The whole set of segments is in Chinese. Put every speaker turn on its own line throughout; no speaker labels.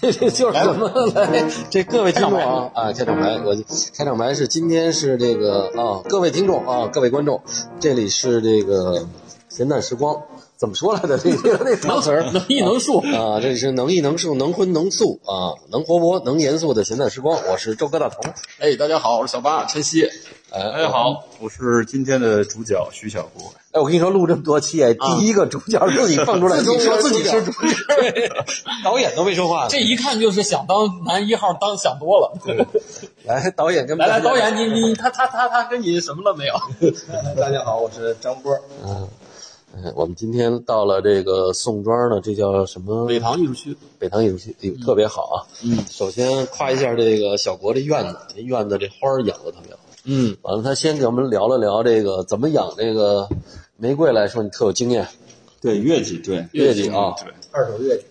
这这 就是我们来这各位听众啊啊开场白，我开场白是今天是这个啊各位听众啊各位观众，这里是这个闲淡时光。怎么说来着？那那那套词儿
能艺能术
啊，这是能艺能术能荤能素啊，能活泼能严肃的闲淡时光。我是周哥大同，
哎，大家好，我是小八晨曦。
哎
大家好，我是今天的主角徐小波。
哎，我跟你说，录这么多期，哎，第一个主角自己放出来，
自己说自己
是
是
主角，导演都没说话呢。
这一看就是想当男一号，当想多了。
来，哎导演跟
来来，
大家
导演， 你你他他他他跟你什么了没有？
大家好，我是张波。
哎 我们今天到了这个宋庄呢，这叫什么？
北塘艺术区，
北塘艺术区，哎呦特别好啊。嗯，首先夸一下这个小国这院子，这院子这花儿养的特别好。
嗯，
完了，他先给我们聊了聊这个怎么养这个玫瑰来说，你特有经验。
对月季，对
月季啊
对
二手乐器，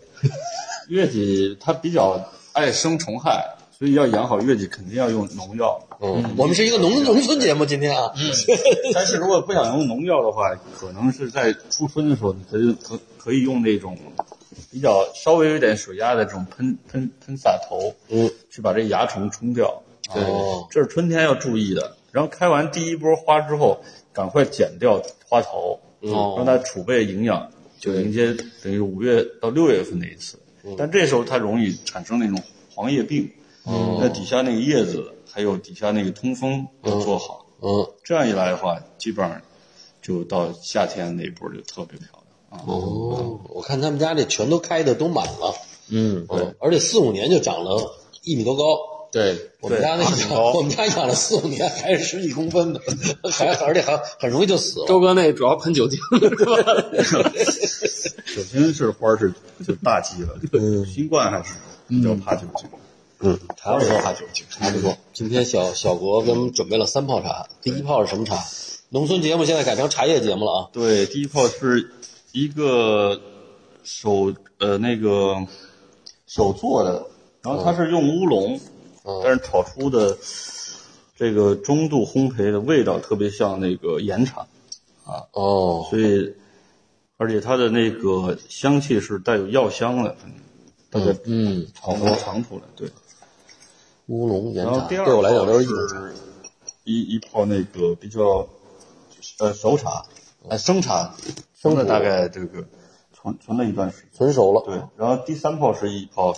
月季，它比较爱生虫害，所以要养好月季，肯定要用农药。
嗯，我们是一个农农村节目，今天啊，嗯，
但是如果不想用农药的话，可能是在初春的时候，你可以可可以用那种比较稍微有点水压的这种喷喷喷洒头，
嗯，
去把这蚜虫冲掉。对
哦，
这是春天要注意的。然后开完第一波花之后，赶快剪掉花头，
哦
让它储备营养，就迎接等于五月到六月份那一次。但这时候它容易产生那种黄叶病，那底下那个叶子还有底下那个通风要做好。
嗯，
这样一来的话，基本上就到夏天那一波就特别漂亮啊。
哦，我看他们家这全都开的都满了，
嗯，
嗯，而且四五年就长了一米多高。
对，
我们家那
对
养， 我们家养了四五年，还是十几公分的， 还而且还很容易就死了。
周哥那主要喷 酒精，是吧？
首先是花儿是就大忌了，新冠还是比较怕酒精，
嗯，
花儿也怕酒精，差不多。
今天小小国给我们准备了三泡茶，第一泡是什么茶？农村节目现在改成茶叶节目了啊。
对，第一泡是一个手呃那个手做的，然后它是用乌龙，
嗯
但是炒出的这个中度烘焙的味道特别像那个岩茶，
哦，
所以而且它的那个香气是带有药香的，大概
嗯，
炒能尝出来。对，
乌龙岩
然后
茶
第二
对我来讲都
泡
是
是
一种茶。
一一泡那个比较呃熟茶，呃生茶，
生
生的
普
大概这 个存存了一段时间。
纯熟了。嗯
对，然后第三泡是一泡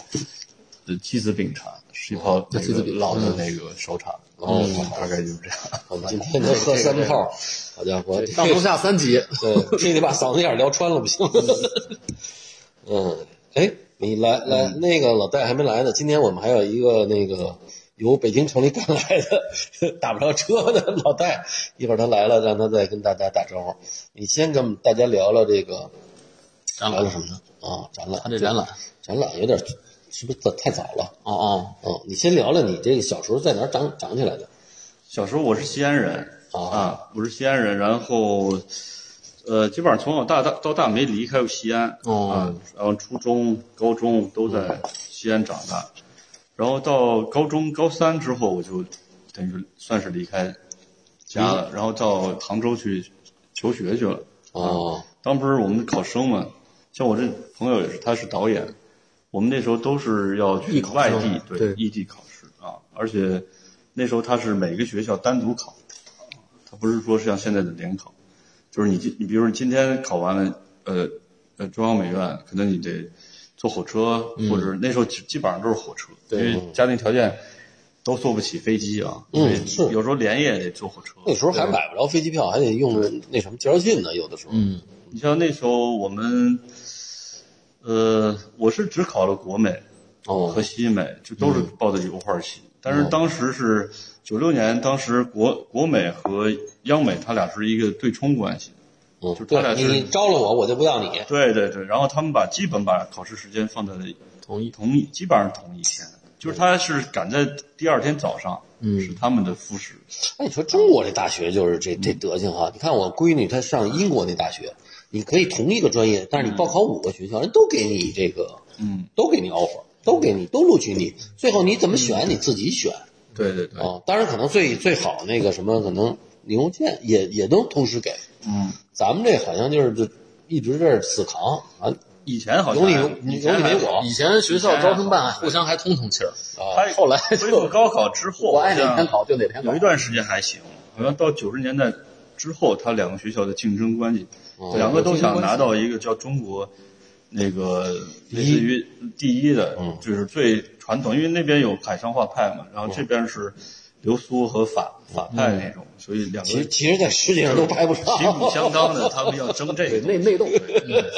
呃鸡子饼茶，是一泡哦那
鸡子
个
饼
老的那个熟茶，
哦
大概就是这样。
我们今天就喝三泡，好家伙，
上中下三级，
对，非得把嗓子眼儿聊穿了不行。嗯，哎，你来来，
嗯
那个老戴还没来呢。今天我们还有一个那个由北京城里赶来的 打不着车的老戴，一会儿他来了，让他再跟大家打招呼。你先跟我们大家聊聊这个
展
聊
览
聊什么呢？啊，展览，
他这展览，
展览有点是不是太早了？
哦哦，
嗯，你先聊聊你这个小时候在哪儿长长起来的？
小时候我是西安人
哦
啊，我是西安人，然后呃，基本上从小大大到大没离开过西安
哦
啊，然后初中、高中都在西安长大，然后到高中高三之后，我就等于算是离开家了，然后到杭州去求学去了。
哦，
当时我们考生嘛，像我这朋友也是，他是导演，我们那时候都是要去外地，对，
对
异地考试啊，而且那时候他是每个学校单独考，他不是说像现在的联考，就是你今你比如说你今天考完了，呃呃中央美院，可能你得坐火车，或
嗯
者那时候基基本上都是火车，因为家庭条件都坐不起飞机啊，
嗯
所以
是
有时候连夜得坐火车，
那时候还买不着飞机票，还得用那什么介绍信呢，有的时候。
嗯，
你像那时候我们，呃，我是只考了国美
哦
和西美，就都是报的油画系。但是当时是九六年，当时国国美和央美，它俩是一个对冲关系。
嗯
就，他
对
俩是
你招了我，我就不要你。
对对对，然后他们把基本把考试时间放在了
同意，
同一，基本上同一天，就是他是赶在第二天早上，
嗯
是他们的复试。
哎，你说中国这大学就是这这德行哈、你看我闺女她上英国那大学，你可以同一个专业，但是你
嗯
报考五个学校，人都给你这个，
嗯，
都给你 offer，都给你，都录取你。最后你怎么
嗯
选，你自己选啊、
对对对，
当然，可能最最好那个什么，可能牛剑也也都同时给。
嗯，
咱们这好像就是就一直这儿死扛啊，
以前好像
有你
以
有有
前
你没
还好
我
以前学校招生办互相还通通气儿，
啊，
他
后来
恢复高考之后，
我爱哪天
像
考就哪天考
有一。段时间还行，好像到九十年代之后，他两个学校的竞争关系，
哦
两个都想拿到一个叫中国那个类似于第一的，
嗯
就是最传统，因为那边有海上画派嘛，然后这边是流苏和法、法派那种，所以两个
嗯其
旗
其实，在世界上都排不上，
鼓相当的，他们要争这
对
个。
内内斗，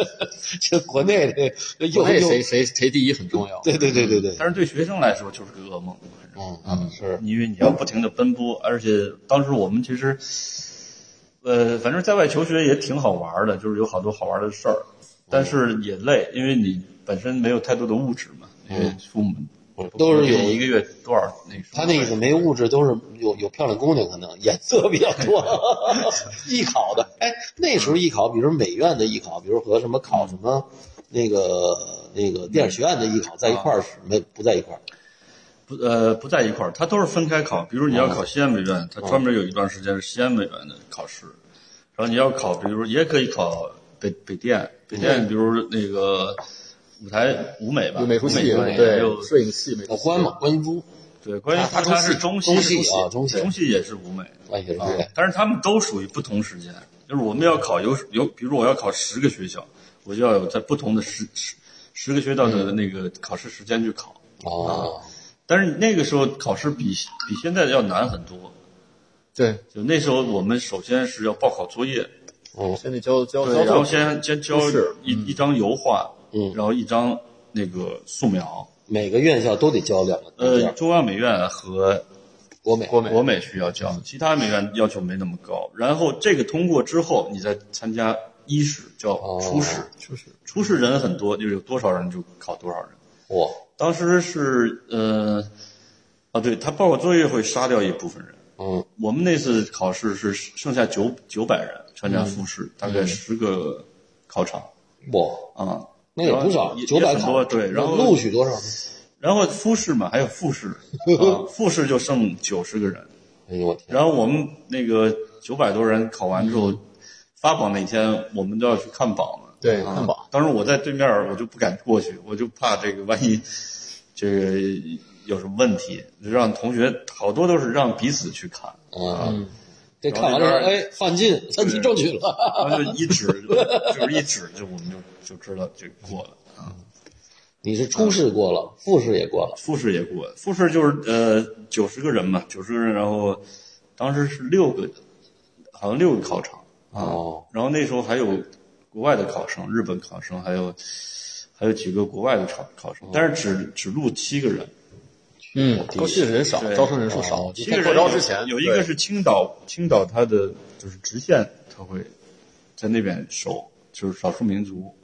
这国内这个又
国内
又
谁谁谁第一很重要。
对对对对对，
但是对学生来说就是个噩梦，
嗯嗯是
因为你要不停的奔波，而且当时我们其实，呃，反正在外求学也挺好玩儿的，就是有好多好玩儿的事儿，但是也累，因为你本身没有太多的物质嘛，因为父母
都是
给你一
有
个月多少那个什么
他那意思没物质，都是有有漂亮姑娘，可能颜色比较多。艺考的，哎，那时候艺考，比如美院的艺考，比如和什么考什么那个那个电影学院的艺考在一块儿是没不在一块儿
不呃不在一块儿，它都是分开考。比如你要考西安美院，它专门有一段时间是西安美院的考试，然后你要考，比如也可以考北北电，北电比如那个舞台舞美吧，
有美术系，
舞美还有
对，摄影系、美术
有
系
关嘛，关租
对，关于
啊
它
中
它
戏
是中
中
戏
戏啊中戏
戏中戏也是舞美，
那也是
啊
对，
但是他们都属于不同时间，就是我们要考有有，比如我要考十个学校，我就要有在不同的十十十个学校的那个考试时间去考。
哦，
但是那个时候考试比比现在要难很多。
对，
就那时候我们首先是要报考作业，
嗯
先得哦教教
然后
教授，
先先交
是
一一张油画，
嗯
然后一张那个素描。
每个院校都得交两个证
呃，
件，
中央美院和
国美
国美
国美需要交，其他美院要求没那么高。然后这个通过之后，你再参加一试，叫初试。
就是
初试人很多，就是有多少人就考多少人。
哇，
当时是呃，啊，对他报考作业会杀掉一部分人。
嗯
我们那次考试是剩下九九百人参加复试，大概十个考场
哇，
啊。
那有不少
也，
九百
也很
考
多对然后
录取多少呢？
然后复试嘛，还有复试，啊、复试就剩九十个人。
哎呦我天，
然后我们那个九百多人考完之后，发榜那天我们都要去看榜嘛。
对
啊
看榜。
当时我在对面儿，我就不敢过去，我就怕这个万一这个有什么问题，就让同学好多都是让彼此去看，
嗯，这看完了
然后
说，
那
哎，范进三级争取了。
然后就一指就是一指，就我们就就知道这个过了。
你是初试过了，复试也过了，
复试也过，复试就是呃九十个人嘛，九十个人，然后当时是六个，好像六个考场啊。
哦
然后那时候还有国外的考生，日本考生，还有还有几个国外的考考生，但是只只录七个人，
嗯，高系的人少，
对
招生人数少。
七
在
个
扩
人
招
有
之前
有一个是青岛，青岛它的就是直线，它会在那边收，就是少数民族，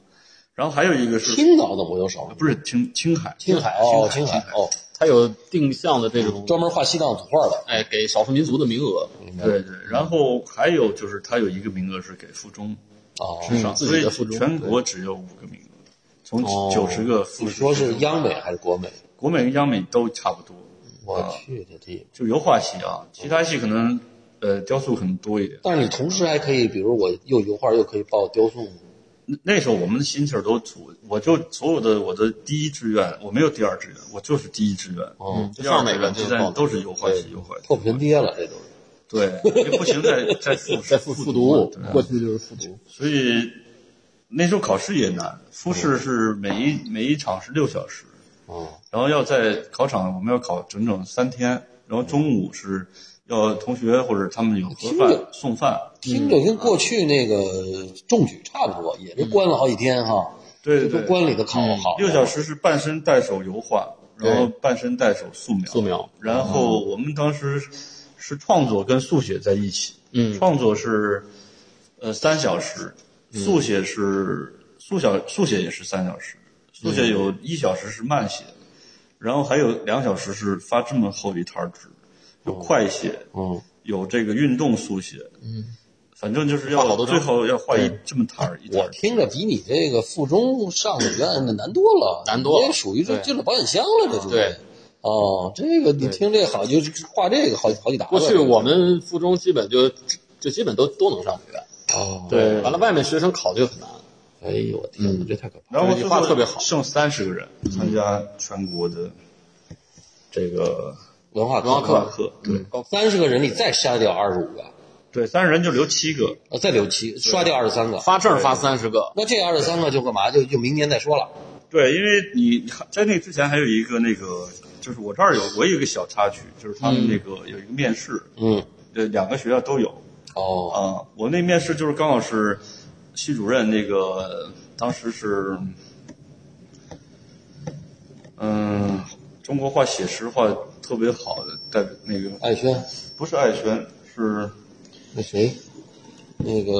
然后还有一个是啊
青岛怎么有少？
不是青青海，
青海哦，青海
海，
哦，
他有定向的这种，
专门画西藏土画的。
哎，给少数民族的名额，
对对，然后还有就是它有一个名额是给附中
哦，
之上，
自
所
己
以
的附中
全国只有五个名额，从
哦
九十个附
你说
中
是央美还是国美？
国美跟央美都差不多，
我
啊
去的地！
就油画系啊，其他系可能呃雕塑可能多一点。
但是你同时还可以，比如我又油画又可以报雕塑吗？
那那时候我们的心气儿都足，我就所有的我的第一志愿，我没有第二志愿，我就是第一志愿。
哦，
就
第二
上哪
志
个
愿、
就
第
是
三志
报
愿都是油画系，油画系。
破盆爹了，这都是。
对，你不行再再 复
在复复
复
读嗯
对啊，
过去就是复读，
所以那时候考试也难，复试是每一、每一场是六小时，
哦，
然后要在考场我们要考整整三天，然后中午是要同学或者他们有盒
听
饭
着
送饭，
听着跟过去那个中举差不多，也是关了好几天哈。
嗯对嗯
这
对
都关里头考好
六小时是半身带手油画，然后半身带手素描，
素描哦
然后我们当时是创作跟速写在一起，
嗯
创作是呃三小时，
嗯
速写是速小速写也是三小时，速
嗯
写有一小时是慢写，然后还有两小时是发这么厚一摊纸，有
哦
快写，
嗯，
有这个运动速写，嗯，反正就是要
画好多张
最后要画一这么摊儿一摊
我
儿。
听着比你这个附中上的院的难多了，
难多了
你这属于这
对
进了保险箱了，这属于。
对。
哦，这个你
对
听这好就是画这个好好几打。
过去我们附中基本就就基本都都能上美院，
哦，
完了外面学生考就很难，
哎呦我天，
嗯
这太可怕了！
然后
这句话特别好
剩三十个人参加全国的这个
文化课嗯
文化
文化课，
课
对
三十个人里再筛掉二十五个，
对，三十人就留七个，
呃，再留七，刷掉二十三个。
发证发三十个，
那这二十三个就干嘛？就就明年再说了。
对，因为你在那之前还有一个那个，就是我这儿有我有一个小插曲，就是他们
嗯
那个有一个面试，
嗯，
呃，两个学校都有
哦，
啊。我那面试就是刚好是系主任那个，当时是，嗯，中国画写实画特别好的代表那个
艾轩，
不是艾轩，是
那谁，那个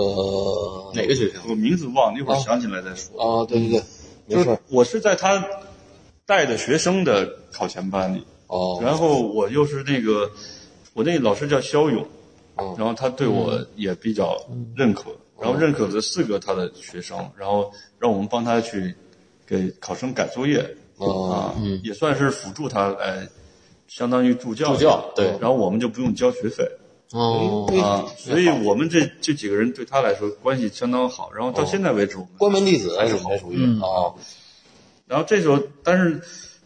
哪个学校？
我名字忘了，一会儿想起来再说。
啊，对对对，
就
没事
哦
是
儿。
我是在他带的学生的考前班里，
哦，
然后我又是那个，我那老师叫肖勇，
嗯
然后他对我也比较认可，然后认可了四个他的学生，然后让我们帮他去给考生改作业，
哦
啊，也算是辅助他来，相当于助教，助
教对
然后我们就不用交学费
哦，
哎嗯
啊，所以我们这这几个人对他来说关系相当好，然后到现在为止我们
关门弟子你们属于
嗯
啊，
然后这时候，但是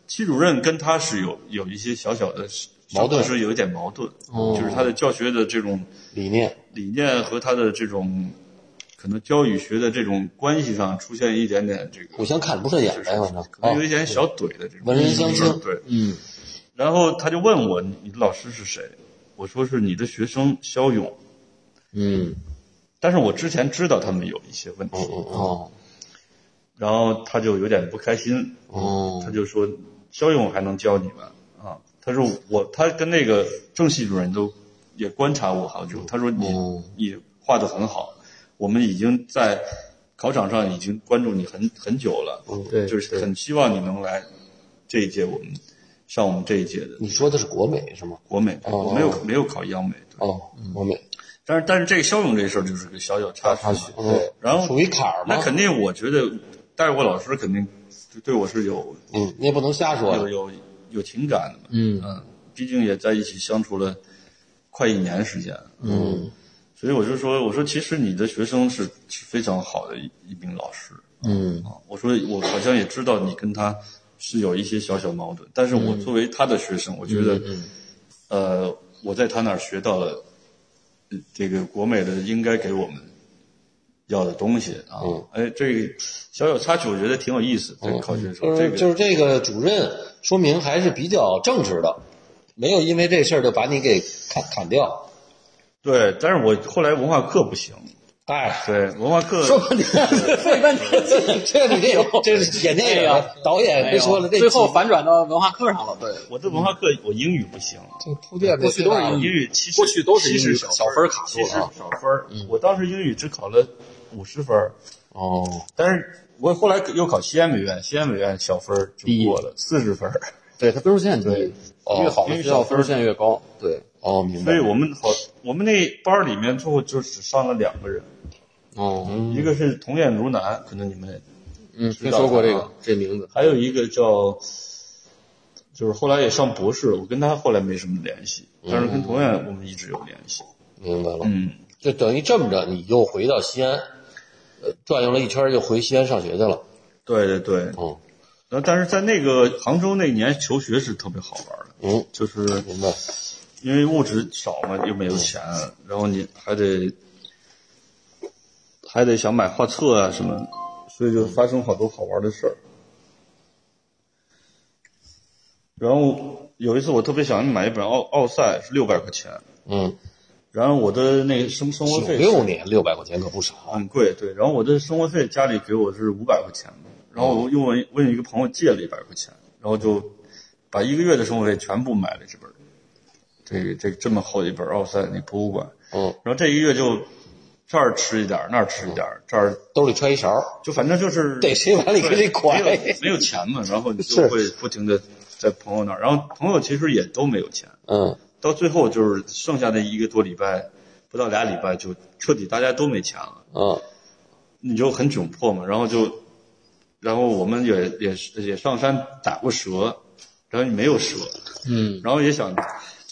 戚主任跟他是有有一些小小的
矛盾
是有一点矛盾，
哦
就是他的教学的这种
理念
理念和他的这种可能教与学的这种关系上出现一点点这个
互相看不顺眼呗，反正
可
啊
能有，一点小怼的这种
文人相轻
对，
嗯，
然后他就问我你的老师是谁，我说是你的学生肖勇，
嗯，
但是我之前知道他们有一些问题，
哦，
然后他就有点不开心，
哦
他，就说肖勇还能教你们啊？他说我，他跟那个郑系主任都也观察我好久，他说你、
哦
你画的很好，我们已经在考场上已经关注你很很久了，
嗯
对，
就是很希望你能来这一届我们上我们这一届的
你说的是国美是吗？
国美，
哦
我没有没有考央美，对
哦，
嗯
国美
但是但是这个肖勇这事儿就是个小小插曲，
对
然后
哦属于坎儿吗
那？肯定我觉得，但是我老师肯定对我是有
嗯，你也不能瞎说
有
呀。
有有情感的嘛，
嗯
嗯，毕竟也在一起相处了快一年时间，
嗯，
所以我就说，我说其实你的学生是是非常好的一一名老师
嗯，
啊，我说我好像也知道你跟他是有一些小小矛盾，但是
嗯
我作为他的学生，我觉得，呃，我在他那儿学到了呃这个国美的应该给我们。要的东西啊，
嗯
哎，这个小小插曲我觉得挺有意思。在考学的时
就
候，这
是嗯
个
就是这个主任，说明还是比较正直的，没有因为这事儿就把你给砍砍掉。
对，但是我后来文化课不行，
哎，
对，文化课
说半天，费半天劲，这你这这是演电影
哎呀
的导演
哎
跟
呦
说了，这
最后
几
反转到文化课上了，对，
我的文化课我英语不行，啊
这铺垫
过去都是
这
英
英
语
语其实
过去都是
其实
英语
小
小分儿卡住啊嗯了
其实少分儿。我当时英语只考了五十分儿，
哦，
但是我后来又考西安美院，西安美院小分儿就过了四十分儿，
对他分数线低，
哦
越好的学校分数线越高，对，
哦，明白
所以。我们好，我们那班儿里面最后就只上了两个人，
哦，
嗯
一个是童艳如楠，可能你们也
嗯，听说过这个
啊
这名字，
还有一个叫，就是后来也上博士了，我跟他后来没什么联系，但是
嗯
跟童艳我们一直有联系。
明白了，
嗯，
就等于这么着，你又回到西安，呃，转悠了一圈儿又回西安上学去了。
对对对，
嗯
然后但是在那个杭州那年求学是特别好玩的，
嗯，
就是
明白。
因为物质少嘛，又没有钱，然后你还得还得想买画册啊什么的，所以就发生好多好玩的事儿。然后有一次我特别想买一本奥奥赛，是六百块钱，
嗯，
然后我的那个生生活
九
费
六年六百块钱可不少。
很贵，对，然后我的生活费家里给我是五百块钱，然
哦
后我又问问一个朋友借了一百块钱，然后就把一个月的生活费全部买了这本儿，这个这个这么厚一本奥赛那博物馆，
嗯，
然后这一个月就这儿吃一点儿，那儿吃一点儿，这儿
兜里揣一勺儿，
就反正就是
得谁碗里
对
给谁
没
㧟。
有没有钱嘛，然后你
是
就会不停的在朋友那儿，然后朋友其实也都没有钱，
嗯，
到最后就是剩下的一个多礼拜，不到俩礼拜就彻底大家都没钱了。
嗯，
你就很窘迫嘛，然后就，然后我们也也是也上山打过蛇，然后没有蛇，
嗯，
然后也想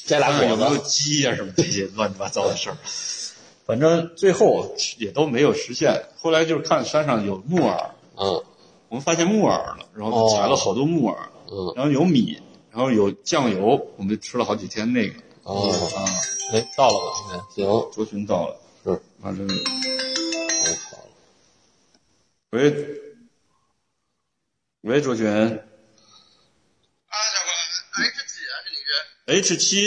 摘俩
看看有没
果
有
子，
鸡呀、什么这些乱七八糟的事儿，反正最后也都没有实现。后来就是看山上有木耳，
嗯
我们发现木耳了，然后
哦
采了好多木耳，
嗯
然后有米，然后有酱油，我们吃了好几天那个
哦，
啊，
哎，到了吧？现在
行，
卓群到了，啊
是，
反正
好
喂喂，卓群
啊，长官，H 几啊？是你这
H 七，
H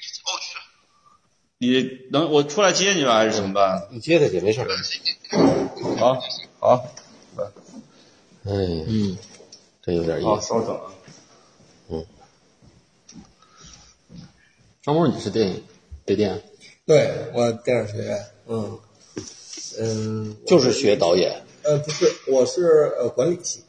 H 哦去了，
你能我出来接你吧，还是怎么办？
你接他去，没事儿。
行行行，
好，好，
哎呀，
嗯，
真有点意
哦
好，
思。
稍等啊。
张波，你是电影北电，
对我电影学院，嗯嗯，
就是学导演，
呃不是，我是呃管理系，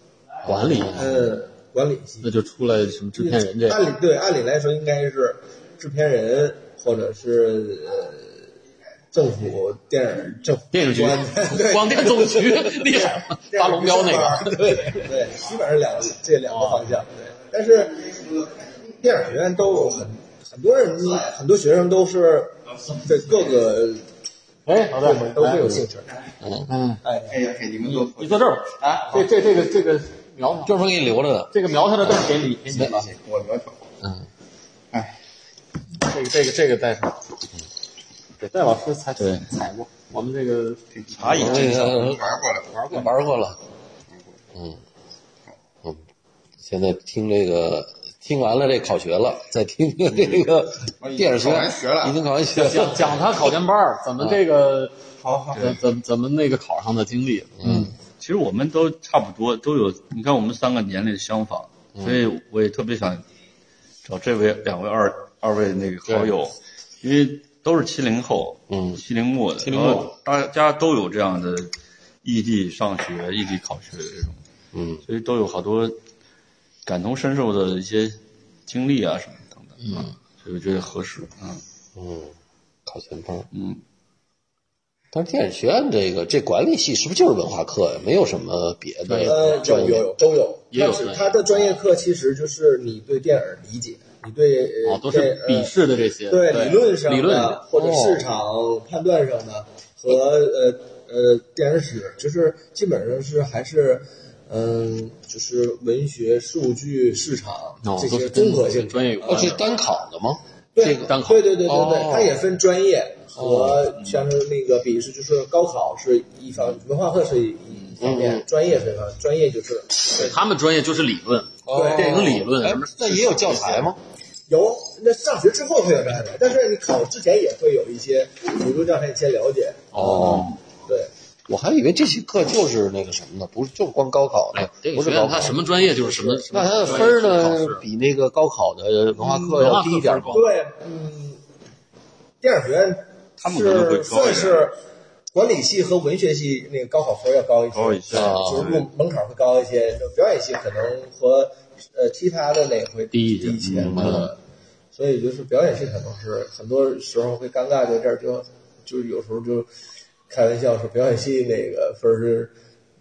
管理，啊
嗯，管理系
那。就出来什么制片人这
按
个
理对，按理来说应该是制片人或者是呃政府电影政府
电影局
官 对，
广电总局厉害 吗？
电
发
影
龙标那
上
个，
班对对，基本上两个这两个方向。对，但是电影学院都有很很多人，很多学生都是对各个
哎，好
部门都会有兴趣。
嗯，
哎，
哎呀，给你们做
你坐这儿吧啊，这这这个这个苗上，
这不是给你留着呢。
这个苗上的凳儿给你给你了，
我聊天。
这个这个这个带上，给戴老师踩踩过，我们这个
茶饮
这
真香。
个
玩过了，
玩过玩过了，嗯，嗯，现在听这个，听完了这考学了，再听听这个电影学，
考完学了
已经考完学了
讲，讲他考研班儿怎么这个好好怎怎怎么那个考上的经历，嗯，
其实我们都差不多，都有。你看我们三个年龄相仿，所以我也特别想找这位两位二二位那个好友，因为都是七零后，
嗯
七零末的，
70末
然后大家都有这样的异地上学、异地考学的这种，
嗯，
所以都有好多感同身受的一些经历啊什么等等，嗯，所以我觉得合适，嗯
嗯，考前班儿。
嗯，
但是电影学院这个这管理系是不是就是文化课呀？没有什么别
呃
的，专
有有
业。
有都有，
也有
但是
专业
他的专业课其实就是你对电影理解，你对呃
哦，都
电
是
呃
笔试的这些，
对理论上的
理论上的
或者
哦
市场判断上的和呃呃电影史，就是基本上是还是嗯，就是文学、数据、市场
哦
这
都
些
是
综合性
跟专业有
哦，
关
是
的，
单考的吗？
对
这个
单考哦
对对对对
哦
对，它也分专业
嗯
和像是那个笔试，就是高考是一方，文化课是一一方
嗯
面，专业是一方，专业就是
他们专业就是理论，
哦
电影理论
哎那也有教材吗？
有，那上学之后会有这样的，但是你考之前也会有一些辅助教材一些了解。
哦，
对，
我还以为这些课就是那个什么呢，不是就是光高考的
哎，，电
不
影
是
学
高
院
考
它
的。
什么专业就是什么，什么
那他的分
专业
儿
去考试嗯
呢，比那个高考的文化课
文化
要
课
低一点
分儿
吗
高？
对，嗯，电影学院
他们可能会高一点
是算是管理系和文学系那个高考分儿要高一些，
高一些，
啊
哦
就是
对
入门槛会高一些。就表演系可能和呃其他的那会
低一些
一些，
嗯
嗯，所以就是表演系可能是很多时候会尴尬，在这儿就就有时候就开玩笑说表演系那个分儿是。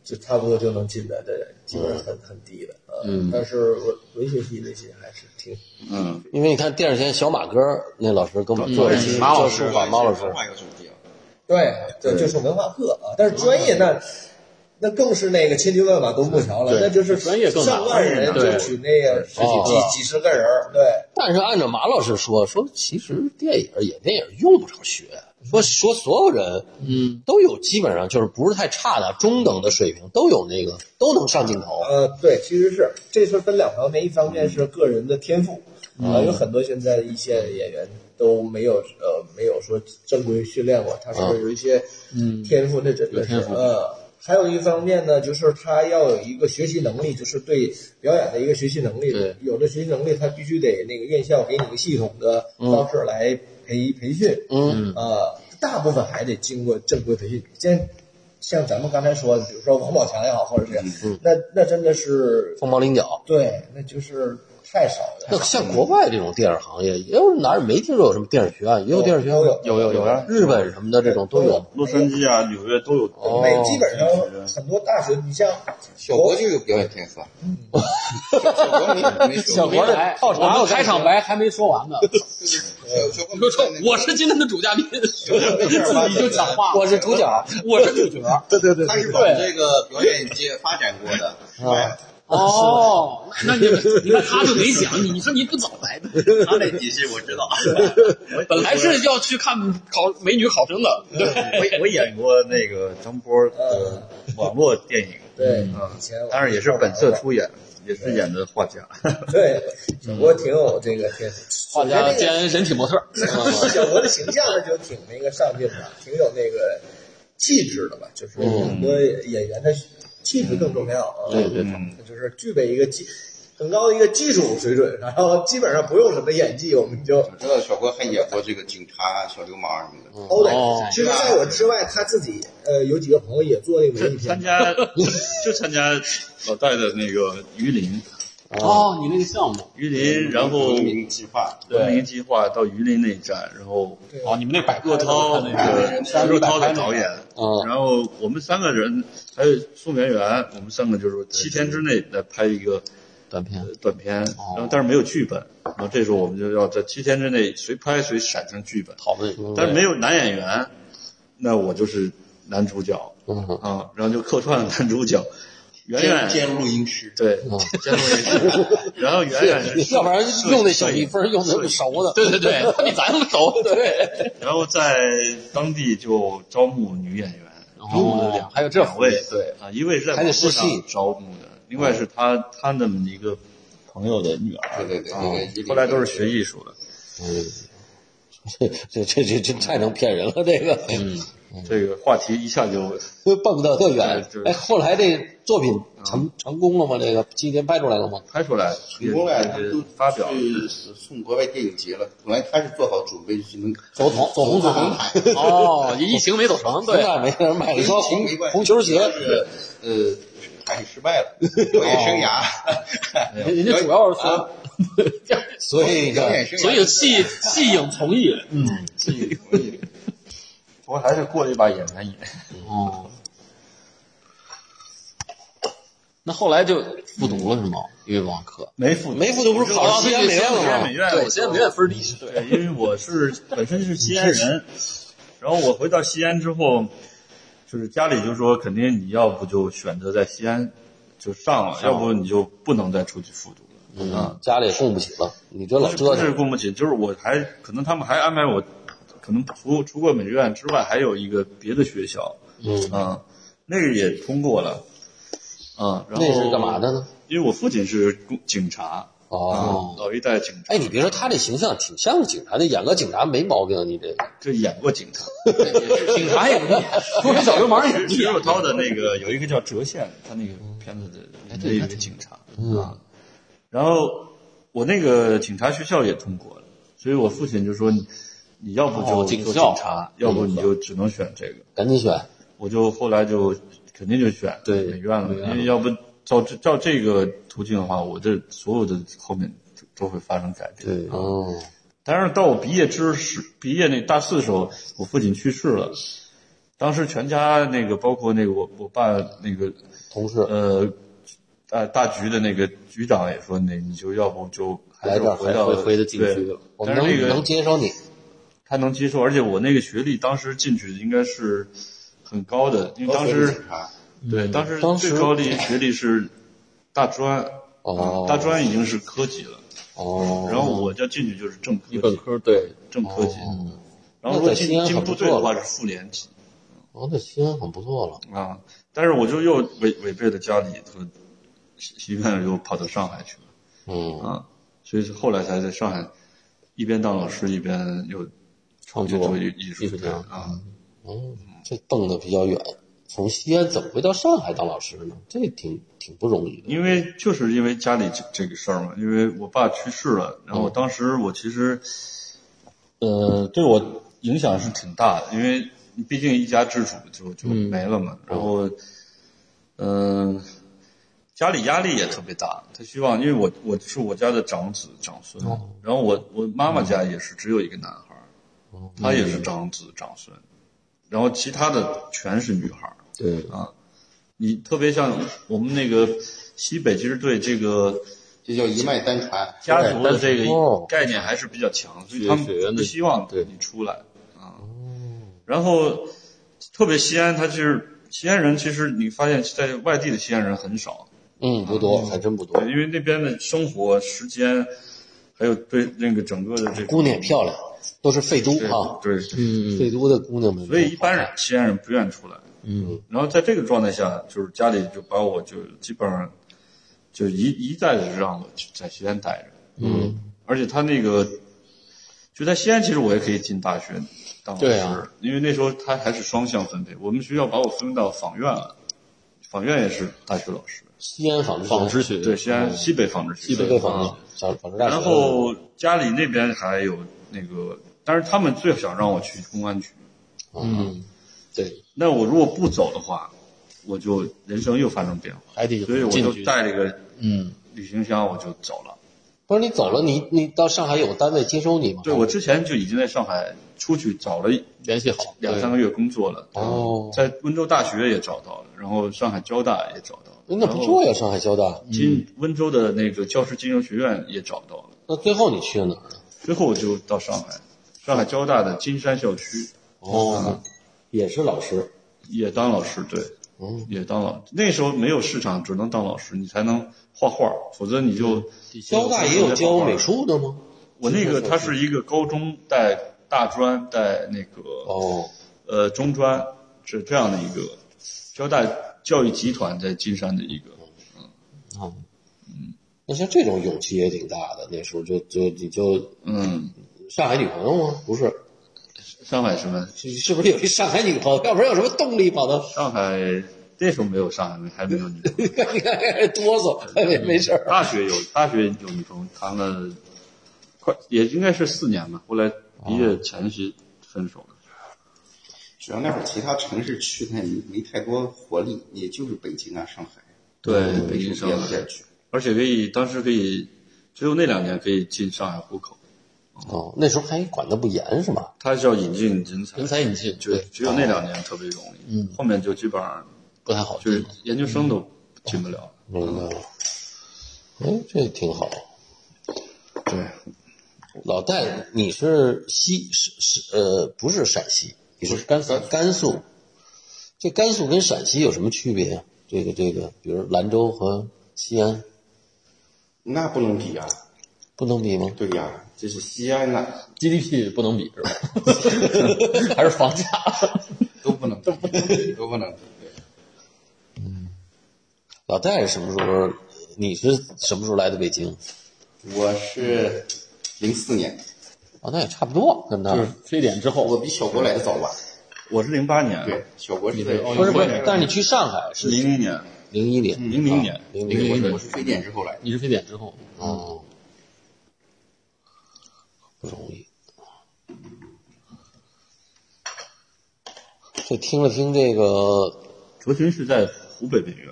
就差不多就能进的，这基本上很很低的，嗯，但是文文学系那些还是挺
嗯，
因为你看电视前小马哥儿那老师跟我们做一期
马老
教
师
书法，马老师，
换一个主题了。
对，这就是文化课啊，但是专
嗯
业那那更是那个千军万马独木桥了，
对
那就是
专业更难
上万人就
对
取那个十几
哦
几几十个人儿，对，
但是按照马老师说，说其实电影演电影用不着学，说说所有人
嗯，
都有基本上就是不是太差的中等的水平，都有那个都能上镜头。
呃，对，其实是这事儿分两方面，一方面是个人的天赋
嗯
啊，有很多现在一线演员都没有呃没有说正规训练过，他是
啊
有一些
嗯
天赋，这真
有
的是
天赋
呃。还有一方面呢，就是他要有一个学习能力，就是对表演的一个学习能力。
对
有了学习能力，他必须得那个院校给你一个系统的方式来培、培训。
嗯
呃，大部分还得经过正规培训。像像咱们刚才说的，比如说王宝强也好，或者是、
嗯
那那真的是
凤毛麟角。
对，那就是太少了。
那像国外这种电影行业，也有哪儿没听说有什么电影学院，也有电影学院
都
吗，
有
有有有啊
日本什么的这种都有。
洛杉矶啊、纽约都有。
哦
每基本上很多大学，你像
小国就有表演天赋啊，小国没没学
小
过
国
我这
这
我们开场白还没说完呢，
就就跟
你说我是今天的主嘉宾，
没事吧
自己就讲 话，
我是主角，
我是主角。
对对对
他是往这个表演界发展过的，哎，
啊
哦，那你你看他就没讲，你你说你不早来的，
他那体系我 知道，
本来是要去看考美女考生的，
我我演过那个张波的网络电影，
对，
嗯
以前我
当然也是本色出演，也是演的画家。
对，小郭挺有这个挺，
画家兼人体模特，
小郭的形象还就挺那个上进的，挺有那个气质的吧，就是
嗯
很多演员的气质更重要啊，对对
嗯，
就是具备一个技很高的一个技术水准，然后基本上不用什么演技，我们就
哦
我知道小郭还演过这个警察、小流氓什么
嗯
的，
哦
哦
对，其实在我之外，他自己呃有几个朋友也做那个文艺片
参，加就参加老戴的那个榆林，
哦，你那个项目，
榆林，然后
文明计划，
文明计划到榆林那一站，然后
哦，你们那摆
骆涛
那
那
个
个徐若涛的导演，
嗯
然后我们三个人还有宋媛媛，我们三个就是说七天之内来拍一个
短片
呃短片，
哦
然后但是没有剧本，然后这时候我们就要在七天之内谁拍谁产生剧本，
讨论，
嗯
但是没有男演员，那我就是男主角
嗯
啊，然后就客串了男主角，圆
兼
圆
兼录音师，
对，监督也是， 然后圆圆是
要不然用那小蜜蜂用的那么熟的，
对对 对，他比咱们熟，对，
然后在当地就招募女演员，招募了
嗯
两
还有这
两位，对啊，一位是在
还得
网络
试
上
戏
招募的，另外是他他那么一个朋友的女儿，
对对对，那个一零
嗯后来都是学艺术的，
这这这这太能骗人了，这个嗯
这个话题一下就
蹦得特远
对。对
哎，后来这作品
嗯
成成功了吗？这个今年拍出来了吗？
拍出来，
成功了，
也
他们啊都
嗯发表，
去送国外电影节了。本来他是做好准备去能
走红走红
走
毯
红毯，
哦，疫情没走成，
红
对，
毯没人买了一双红
没关系
红球鞋，
但是呃，还是失 败了，表演生
哦
涯，啊
人家主要 是说，
所以
表演生涯，
所以戏戏影从艺，嗯，
不过还是过了一把演员瘾，
哦，那后来就复读了是吗？因为网课，
没复
梅副都不是考上西
啊
安美院了吗？
美院，
对，现在没有分儿低，对，
对，因为我是本身是西安人，然后我回到西安之后，就是家里就说，肯定你要不就选择在西安就上了，要不你就不能再出去复读了。
嗯，家里也供不起了，你这老
不是
折
不是
腾，
供不起，就是我还可能他们还安排我，可能除除过美院之外，还有一个别的学校，
嗯，
啊，那个也通过了，啊，然后
那是干嘛？的呢？
因为我父亲是公警察，
哦。
啊，老一代警察，
哎，你别说他这形象挺像警察的，演个警察没毛病。啊你这个
就演过警察。
警察也不演，说明小流氓也不
徐
演
若涛的那个有一个叫《折线》，他那个片子的演的一个警察，嗯，然后我那个警察学校也通过了，所以我父亲就说你你要不
哦
就
警
做
校
警察，要不你就只能选这个，
赶紧选，
我就后来就肯定就选
对
美院了
美，院
因为要不照这照这个途径的话，我这所有的后面都都会发生改变，
对
哦，
但是到我毕业之时，毕业那大四的时候，我父亲去世了。当时全家那个，包括那个我我爸那个
同事
呃大大局的那个局长也说，那你就要不就还是
来这儿
回到
回回的禁区了
对
我们
但是
能、
那
能
个
接收你，
他能接受，而且我那个学历当时进去应该是很高的，因为当时
警察
对
嗯
当时
当时
最高的一个学历是大专，
哦
大专已经是科级了，
哦，
然后我要进去就是正科
你
级，
本科对，
正科级。
哦
然后如
那在
果进
西安
进
很
部
不
队的
错
话
了
是副连级
哦，那西安很不错了，
啊，但是我就又违违背了家里和西院，又跑到上海去了
嗯，
啊，所以是后来才在上海一边当老师一边又
创
就
作
做艺艺术家啊，
哦，这蹦的比较远，从西安怎么会到上海当老师呢？这挺挺不容易的。
因为就是因为家里这这个事儿嘛，因为我爸去世了，然
嗯
后当时我其实呃对我影响是挺大的，因为毕竟一家之主就就没了嘛，然后嗯。家里压力也特别大，他希望，因为我我是我家的长子长孙，然后我我妈妈家也是只有一个男孩儿，他也是长子长孙，然后其他的全是女孩儿。
对
啊，你特别像我们那个西北，其实对这个
这叫一脉单传。
家族的这个
哦
概念还是比较强，所以他们
血缘
不
的
希望
对
你出来啊。然后，
哦
特别西安，它就是西安人，其实你发现在外地的西安人很少，
嗯，不多，还真不多
对，。因为那边的生活时间，还有对那个整个的这
姑娘也漂亮，都是废都
对
啊，
对，
嗯
废都的姑娘们。
所以一般人西安人不愿意出来。嗯，然后在这个状态下，就是家里就把我就基本上就一一再的让我在西安待着。嗯，而且他那个就在西安，其实我也可以进大学当老师，
对啊
因为那时候他还是双向分配，我们学校把我分到纺院了，纺院也是大学老师，
西安纺织
纺织学
对，西安西北纺织学
西
校，
北纺织纺纺织大学。
然后家里那边还有那个，但是他们最想让我去公安局。
嗯，对，
那我如果不走的话，我就人生又发生变化，
还得
所以我
进
就
去。
带了一个
嗯，
旅行箱，我就走了。
不是你走了，你你到上海有单位接收你吗？
对我之前就已经在上海出去找了
联系好
两三个月工作了，
哦，
在温州大学也找到了，然后上海交大也找到了，
那不错呀，上海交大。
金温州的那个教师金融学院也找到了，
那最后你去了哪儿呢？
最后我就到上海，上海交大的金山校区
哦，也是老师。
也当老师，对，
嗯
也当老那时候没有市场，只能当老师，你才能画画，否则你就
嗯交大也有教美术的吗？
我那个它是一个高中带大专带那个、
哦，
呃中专是这样的一个交大教育集团在金山的一个，
哦那像这种勇气也挺大的。那时候就就你就
嗯，
上海女朋友吗？不是，
上海什么？
是是不是有一上海女朋友？要不然有什么动力跑到？
上海那时候没有上海，还没有女朋友。
你看你看哆嗦，哎没没事儿。
大学有，大学有女朋友，谈了快也应该是四年吧，后来毕业前夕分手了。
主要那会儿其他城市去的也没太多活力，也就是北京啊、上海，
对，北京上
别不
海
下，去。
而且可以当时可以，只有那两年可以进上海户口，
哦，那时候还管得不严是吧？
他是要引进人才
人。才引进，
就
对，
只
哦
有那两年特别容易，
嗯
后面就基本上
嗯
不太好
就
进
是。研究生都进不了。
明白了。哎，这挺好。
对，
老戴，你是西是是呃，不是陕西，你是甘肃甘肃。这甘肃跟陕西有什么区别呀、这个这个，比如兰州和西安
那不能比啊，
不能比吗？
对呀、这是西安呐、
GDP 不能比 是吧？还是房价？
嗯都不能比，都不能比。
老戴是什么时候？你是什么时候来的北京？
对我是零四年，
啊，那也差不多，跟他。
就是非典之
我
后，
比小国来的早吧？
我是零八年，
对，小国是在
不是不
哦
是，但是你去上海是
零零年，
零一年，
零零
啊
年，
零
我
年
是我是非典之后来的。
你是非典之后，
哦，不容易。这听了听这个
卓群是在湖北北院，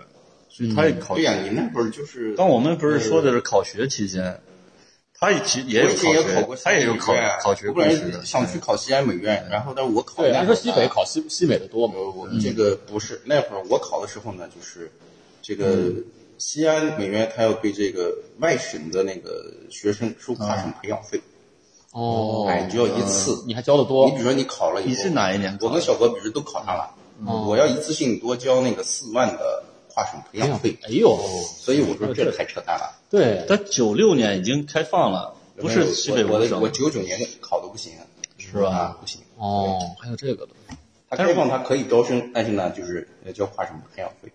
所以他也考
嗯对。呀、你那会儿就是
刚我们不是说的是考学期间，他也其也有
我以前也考
考
过
学，
西
他
安
也有
美
考
院
考学
我本
过
来
去的。嗯
想去考西安美院，然后但是我考
对，
那
啊
按说
会儿
西
呢
北考西西北的多嘛？
我我这个不是那会儿我考的时候呢，就是这个
嗯
西安美院，它要对这个外省的那个学生收跨
啊
省培养费，
哦，
哎，你就要一次。
嗯
你还交的
你
多
比如说你考了以后，
你是哪一年考
我
的嗯
跟小哥比如都考上了，我要一次性多交那个四万的跨省培养费，
哎
哦
呦，
所以我说这太扯淡了。
对，
他九六年已经开放了，不是西北
我我
五
的我
省，
九九年考的不行，
是吧？
啊不行，
哦，还有这个的，
他开放他可以招生，但是呢，就是要交跨省培养费。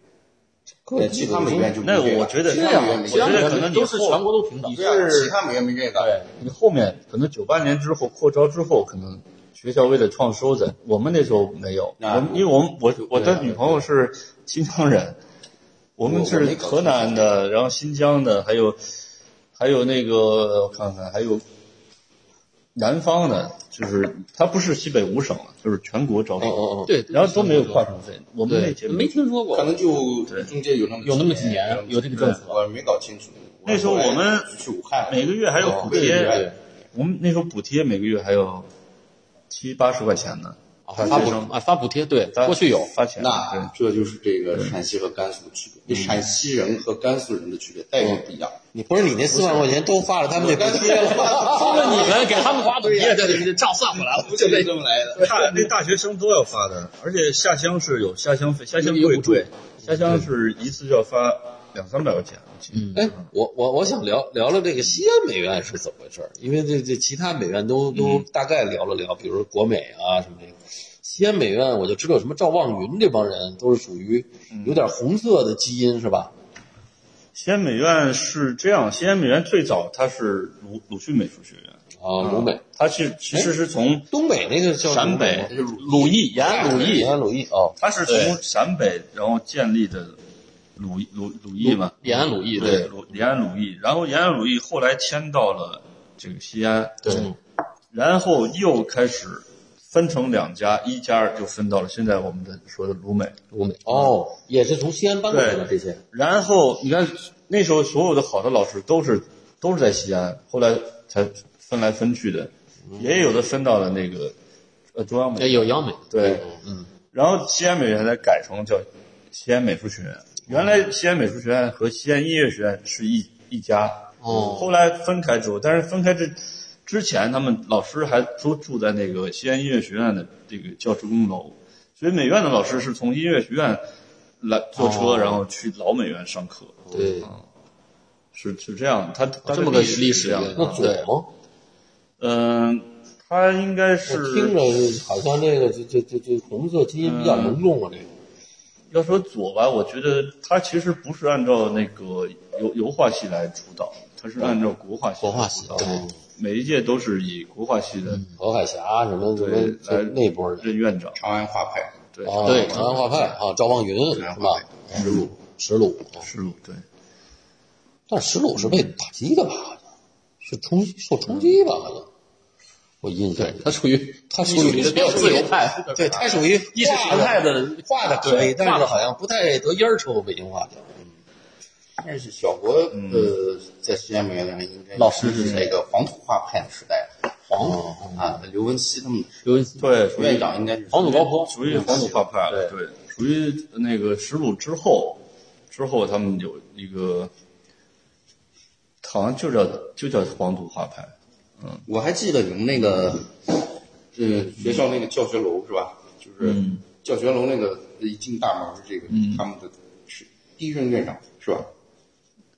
呃，其他美院就不
那
这样
我觉得
其他美院没
我
这
觉
样
得可能你
都是
后
全国都平等
你。是其他美院没这个，
对，你后面可能九八年之后扩招之后，可能学校为了创收在，我们那时候没有，
啊
我们因为我们我我
对啊
的女朋友是新疆人，我们
我我
是
没搞
河南的，然后新疆的，还有还有那个我看看，还有南方的，就是它不是西北五省了，就是全国招
哦
收，
哦哦，
对，
然后都没有跨省费，我们那
对
届，
没听说过
可。能就中间有那么
有那么几年有这个政策
我没搞清楚。
那时候我们
去武汉
每个月还有
哦
补
对
贴
对对，
我们那时候补贴每个月还有七八十块钱呢。
啊，
大
发
学
补
生
啊发补贴，对，
大
过去有，
发钱，对
那这就是这个陕西和甘肃的区别，就陕西人和甘肃人的区别待遇不一样。
你不是你那四万块钱都花了他们那补贴了？
都是你们给他们发补贴，对对对，账算回来了，
就这么来的。
大那大学生都要发的，而且下乡是有下乡费，下乡
有
贵
补助
贵，下乡是一次就要发两三百块钱，我记得。
嗯，
哎，我我我想聊聊聊这个西安美院是怎么回事儿，因为这这其他美院
嗯
都都大概聊了聊，比如说国美啊什么这个。西安美院我就知道有什么赵望云这帮人都是属于
嗯
有点红色的基因是吧？
西安美院是这样，西安美院最早它是鲁鲁迅美术学院，
啊，鲁美，
它是其实是从
东北那个叫
陕北鲁艺延
哎
安鲁艺
延，安鲁艺哦，
它是从陕北然后建立的鲁鲁鲁艺嘛，
延安鲁艺，
对，，鲁延安鲁艺，然后延安鲁艺后来迁到了这个西安，对，然后又开始分成两家，一家就分到了现在我们的说的鲁美，
鲁美哦，也是从西安搬过来的这些，
然后你看那时候所有的好的老师都是都是在西安，后来才分来分去的，也有的分到了那个呃中央美
哎，有央美，
对，嗯，然后西安美院才改成叫西安美术学院，原来西安美术学院和西安音乐学院是一一家，
哦
后来分开之后，但是分开之之前，他们老师还都住在那个西安音乐学院的这个教职工楼，所以美院的老师是从音乐学院来坐车，然后去老美院上课，啊
对，
是是这样的，他他
这么个历
历
史
这样
原因
的，
那左吗？
嗯，他应该
我
是
听着好像这个这这这这红色基因比较浓重啊，这个。
要说左吧，我觉得它其实不是按照那个油油画系来主导，它是按照国画系。
国画系，对，
每一届都是以国画系的
何海霞什么什么
对
这
来
那波人
任院长，
长安画派，
对，
啊，
对
长安画派啊，赵望云是
安
吧
画？
石鲁，石哦鲁，
是鲁对。
但石鲁是被打击的吧？好像是冲受冲击吧？好像我印象
对
里，
他属于
他属
属于
于
比较自由，派，
对他属于
意识形态的
画的可以，
对
但是好像不太得烟儿抽北京话的。
但是小国呃，在西安美院的人应该
老师是
是那个黄土画派的时代，黄啊，刘文熙他们
刘文熙，
对，属
院
于
长应该是
黄土高坡，
属于黄土画派了，对，属于那个石鲁之后，之后他们有一个，好像就叫就叫黄土画派，
我还记得你们那个，呃，学校那个教学楼是吧？就是
嗯
教学楼那个一进大门是这个，
嗯
他们的是第一任院长是吧？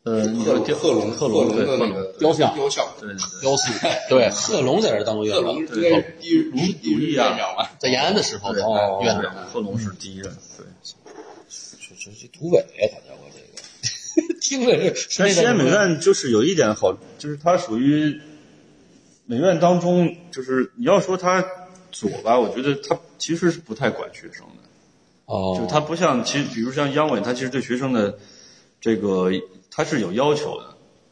呃，
贺
叫
贺龙
贺
龙
龙对
的
贺
那
龙
个
雕像
雕像，
对对对，
雕塑，对，
贺龙在这儿当过院
贺
长
龙，应该是第一
鲁
是第一任
鲁艺啊
院长吧？
在延安的时候，
对
哦院
对
长，
贺龙是第一任，对。
这这这土匪，啊好像我这个 听着是
但西安美
那个
院就是有一点好，就是它属于美院当中，就是你要说它左吧，我觉得它其实是不太管学生的，
哦，
就是它不像其实，比如像央美，它其实对学生的这个它是有要求的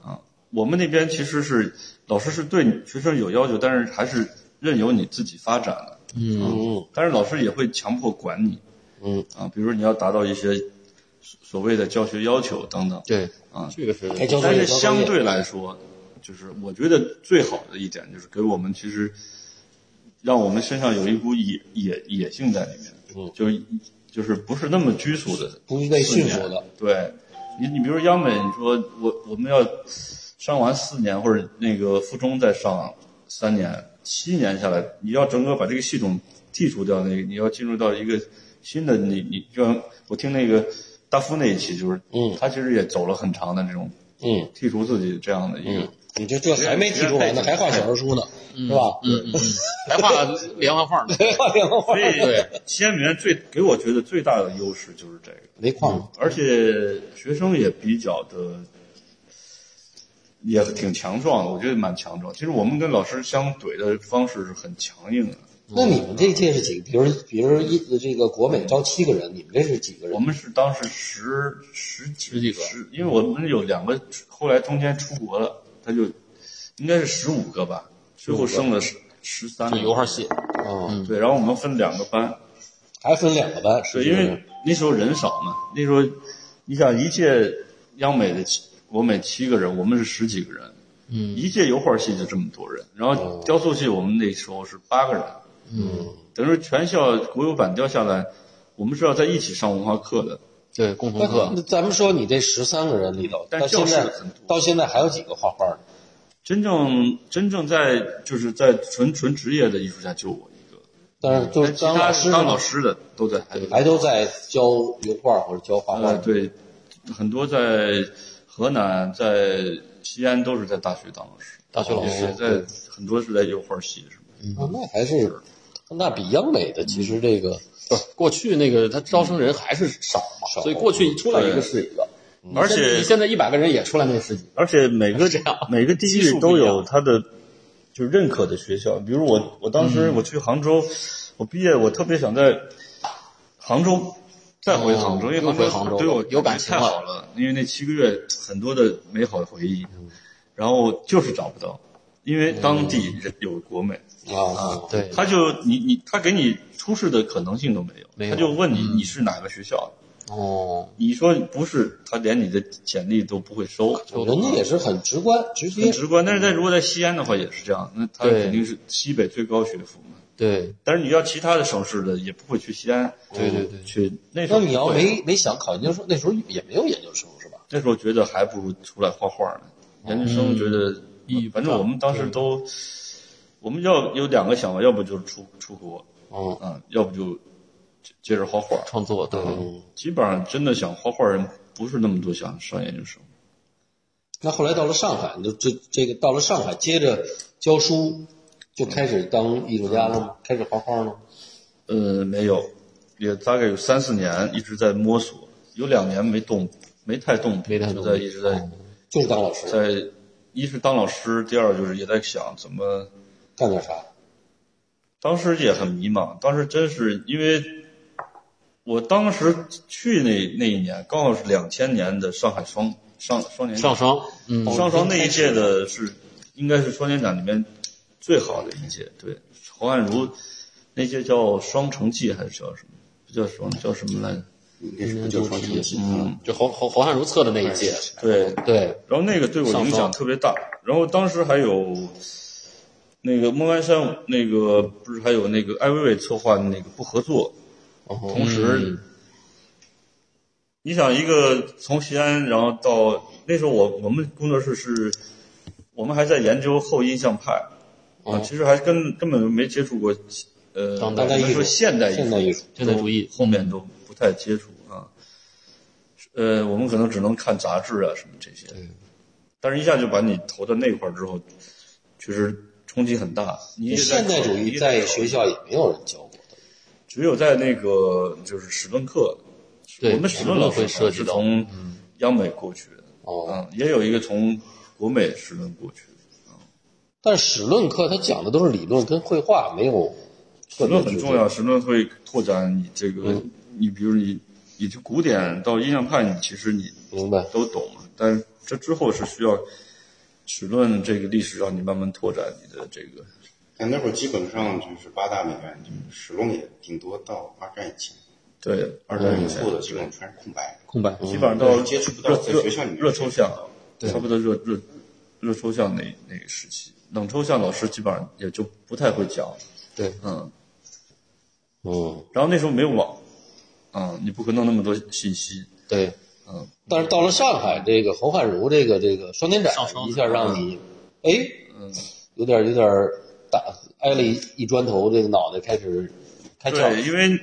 啊。我们那边其实是老师是对学生有要求，但是还是任由你自己发展的，
嗯，
嗯
但是老师也会强迫管你
嗯，
啊，比如说你要达到一些所所谓的教学要求等等。
对，
嗯
这个是
该交作
但
业
是
交作业
相对来说，就是我觉得最好的一点就是给我们其实让我们身上有一股野野野性在里面，
嗯
就是就是不是那么拘束的，
不被驯服的，
对你你比如央美，你说我我们要上完四年或者那个附中再上三年七年下来，你要整个把这个系统剔除掉，那个你要进入到一个新的你你就像我听那个大夫那一期就是，
嗯
他其实也走了很长的这种。
嗯。
剔除自己这样的一个。
你这这还没提出完呢，还画小人书呢，是吧？
嗯嗯，嗯还画连环 画呢，
还画连环画
所，以西安美院最给我觉得最大的优势就是这个，
煤矿
而且学生也比较的也挺强壮的，我觉得蛮强壮。其实我们跟老师相怼的方式是很强硬的，
嗯
那你们这届是几个？比如，比如一这个国美招七个人，你们这是几个人
我？们是当时十十
十几个
十，因为我们有两个后来中间出国了，他就应该是十五个吧，最后剩了十十三
就
个
油画系，嗯
啊，
对，然后我们分两个班，
还分两个班，
对，
是
因为那时候人少嘛，那时候你想一届央美的七国美七个人，我们是十几个人，
嗯
哦
一届油画系就这么多人，然后雕塑系我们那时候是八个人，
嗯，
等于说全校国有版调下来，我们是要在一起上文化课的。
对，共同课
那那咱们说你这十三个人里头，
但
到现在
教室很多
到现在还有几个画画的？
真正真正在就是在纯纯职业的艺术家就我一个，
但是就是
但嗯哎其
当
他
老师
当老
师
师的都在海
还都在教油画或者教画画
呃，。对，很多在河南、在西安都是在大学当老师，
大学老
哦也
师
是在很多是在油画系什么的。
啊那还是那比央美的其实这个
过去那个他招生人还是少嘛，
少
所以过去一出来一个是一个，
而
现在
且
你现在一百个人也出来那十几，
而且每个
是嗯这样
每个地
基数
域
不
都
一样
有它的就是认可的学校，比如我我当
嗯
时我去杭州，我毕业我特别想在杭州
再回杭
哦
州，因为
又回
杭
杭州
对我
了有感情
太
了嗯
好了，因为那七个月很多的美好的回忆，然后就是找不到，因为当地人有国美，
啊，
对，
他就你你他给你出示的可能性都没有，
没有嗯
他就问你你是哪个学校，
哦，
你说不是，他连你的简历都不会
啊
收，
人家也是很直观直
很
接。
直观。但是在如果在西安的话也是这样，那他
对
肯定是西北最高学府嘛。
对
但是你要其他的省市的也不会去西安，
对对对
去那时
那
候
你要
不会
没没想考研究生，那时候也没有研究生是吧？
那时候觉得还不如出来画画呢。研究生觉得
意义，不
反
大
正我们当时都，我们要有两个想法，要不就是出出国，
嗯，
嗯，要不就接接着画画。
创作对，
基本上真的想画画人不是那么多想上研究生。
那后来到了上海，你就这这个到了上海，接着教书，就开始当艺术家了吗？开始画画了吗？
呃，没有，也大概有三四年一直在摸索，有两年没动，没太动，
没太动哦
就在一直在
就是当老师，
在，一是当老师，第二就是也在想怎么。
干点啥？
当时也很迷茫，当时真是因为我当时去那那一年刚好是两千年的上海双上双年
上双，嗯，
双双那一届的是应该是双年展里面最好的一届，对，侯汉如那届叫双城记还是叫什么？不叫双叫什么来着？
应该是不叫双城记，
嗯，
就侯侯侯汉如测的那一届，
对，
对，
然后那个对我影响特别大。然后当时还有那个孟安山，那个不是还有那个艾薇薇策划的那个不合作，
哦
同时，你想一个从西安，然后到那时候我我们工作室是，我们还在研究后印象派。啊，其实还根根本没接触过，呃，
当
哦代
我们
艺术
说现代艺术，
现代艺术，
现代主义
后面都不太接触啊。呃，我们可能只能看杂志啊什么这些，但是一下就把你投到那块儿之后，确实冲击很大。你也在
现代主
考虑
义在学校也没有人教过的。
只有在那个就是史论课，
对
我们史论老师
史论会涉及
是
到
从央美过去的，
哦
啊，也有一个从国美史论过去的。
但是史论课他讲的都是理论跟绘画，没有
史论很重要，史论会拓展你这个，你比如你，你就古典到印象派，你其实你
明白？
都懂，但是这之后是需要史论这个历史让你慢慢拓展你的这个。
但那会儿基本上就是八大美院，就是史论也顶多到二战以前，
对，二战以前
错的基本上全是空白。
空白，
基本上到
嗯接触不
热
到在
热
学校里面
热抽象，差不多热热热抽象那那个时期，冷抽象老师基本上也就不太会讲。
对，
嗯，
嗯，
然后那时候没有网，嗯，你不可能那么多信息，
对。
嗯，
但是到了上海，这个侯汉儒这个这个双年展
上双嗯
一下让你，哎，有点有点打挨了一一砖头，这个脑袋开始开窍
对，。因为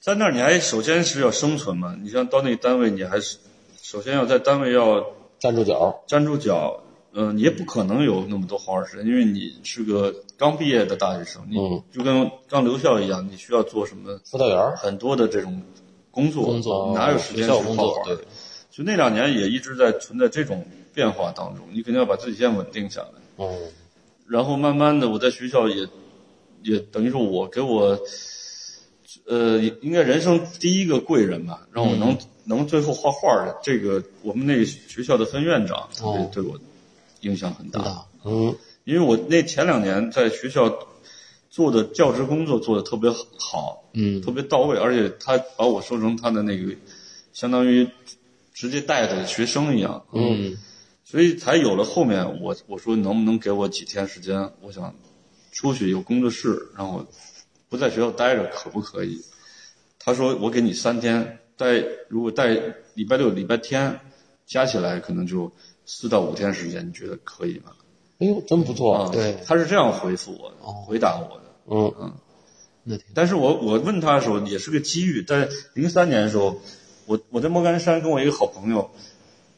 在那儿你还首先是要生存嘛，你像到那个单位，你还是首先要在单位要
站住脚，
站住脚，嗯、你也不可能有那么多好好时间，因为你是个刚毕业的大学生，你
嗯
就跟刚留校一样，你需要做什么
辅导员儿
很多的这种工作，
工作
哪有时间去
学校工作
画画
对
就那两年也一直在存在这种变化当中，你肯定要把自己先稳定下来。
嗯，
然后慢慢的，我在学校也也等于说我给我，呃，应该人生第一个贵人吧，让我能、
嗯
能最后画画的这个，我们那个学校的分院长对、
哦
对我影响很大，
大
嗯，
因为我那前两年在学校做的教职工作做的特别好，
嗯
特别到位，而且他把我说成他的那个，相当于直接带的学生一样，
嗯，
所以才有了后面我我说能不能给我几天时间，我想出去有工作室让我不在学校待着可不可以？他说我给你三天带，如果带礼拜六、礼拜天加起来，可能就四到五天时间，你觉得可以吗？
哎呦，真不错
啊，，
对，哦
他是这样回复我的，回答我的。
嗯
那挺
但是我我问他的时候也是个机遇，在零三年的时候，我我在莫干山跟我一个好朋友，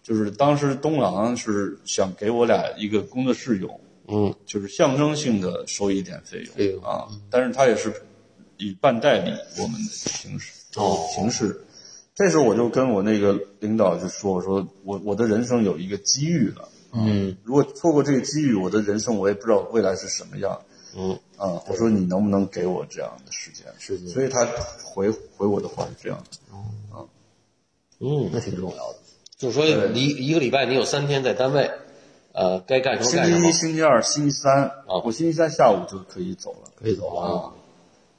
就是当时东郎是想给我俩一个工作室用，
嗯，
就是象征性的收一点费
费用嗯
用啊，但是他也是以半代理我们的形式
哦
形式。这时候我就跟我那个领导就说：“我说我我的人生有一个机遇了，
嗯
如果错过这个机遇，我的人生我也不知道未来是什么样。
嗯，
啊，我说你能不能给我这样的时间？
时间
所以他回回我的话是这样的，
嗯，
那挺重要的。
就是说一一个礼拜你有三天在单位，呃，该干什么
星
干什
期
么
一、，星期二、星期三
啊
我星期三下午就可以走了。
可以走了，
啊，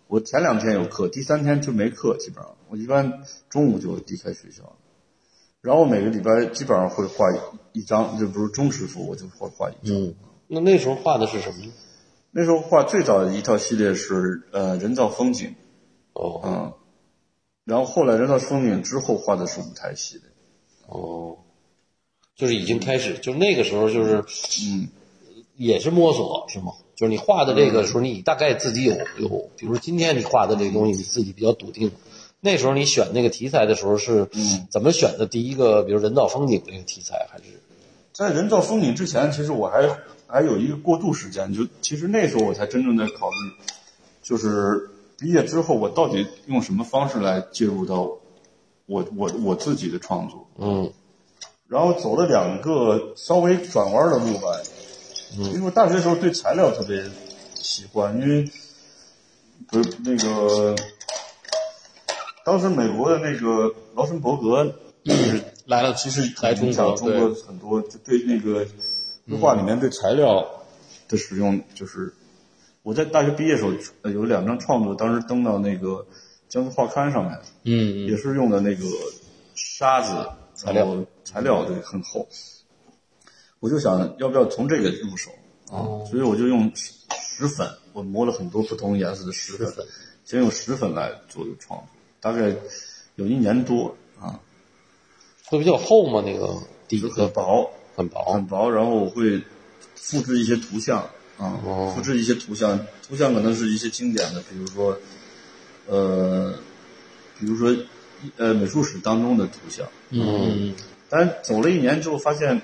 我前两天有课，第三天就没课，基本上我一般中午就离开学校了。然后每个礼拜基本上会画一张，就比如中师傅，我就会画一张。
嗯，
那那时候画的是什么呢？
那时候画最早的一套系列是呃人造风景，
哦
嗯，然后后来人造风景之后画的是舞台系列。
哦，就是已经开始，就那个时候就是
嗯，
也是摸索是吗？就是你画的这个时候，你大概自己有有，比如说今天你画的这个东西，你自己比较笃定。那时候你选那个题材的时候是
嗯
怎么选的？第一个，比如人造风景这个题材，还是
在人造风景之前，其实我还还有一个过渡时间，就其实那时候我才真正在考虑，就是毕业之后我到底用什么方式来介入到我我我自己的创作。
嗯
然后走了两个稍微转弯的路吧，因为我大学的时候对材料特别喜欢，因为不是那个当时美国的那个劳森伯格就是
来了，其实来中
影响
国，
中国
对，
很多，就对那个绘画里面对材料的使用，就是我在大学毕业的时候呃有两张创作，当时登到那个江苏画刊上面，
嗯，
也是用的那个沙子材料，材料对很厚。我就想要不要从这个入手啊，所以我就用石石粉，我磨了很多不同颜色的石粉，先用石粉来做一个创作，大概有一年多啊，
会比较厚吗？那个底
就
嗯
很
子
薄，
很薄
很，薄，然后我会复制一些图像啊，
哦
复制一些图像，图像可能是一些经典的，比如说，呃，比如说呃美术史当中的图像，
嗯，
但是走了一年之后发现，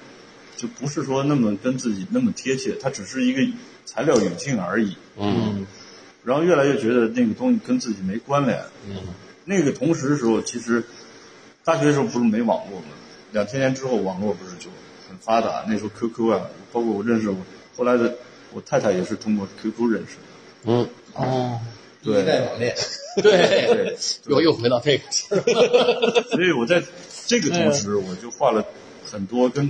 就不是说那么跟自己那么贴切，它只是一个材料语境而已，
嗯
然后越来越觉得那个东西跟自己没关联，嗯，那个同时的时候，其实大学的时候不是没网络吗？两千年之后，网络不是就很发达？那时候 QQ 啊，包括我认识我后来的我太太也是通过 QQ 认识的。
嗯，
哦，
一代网恋，
对，又又回到这个事儿，
所以我在这个同时，
嗯
我就画了很多跟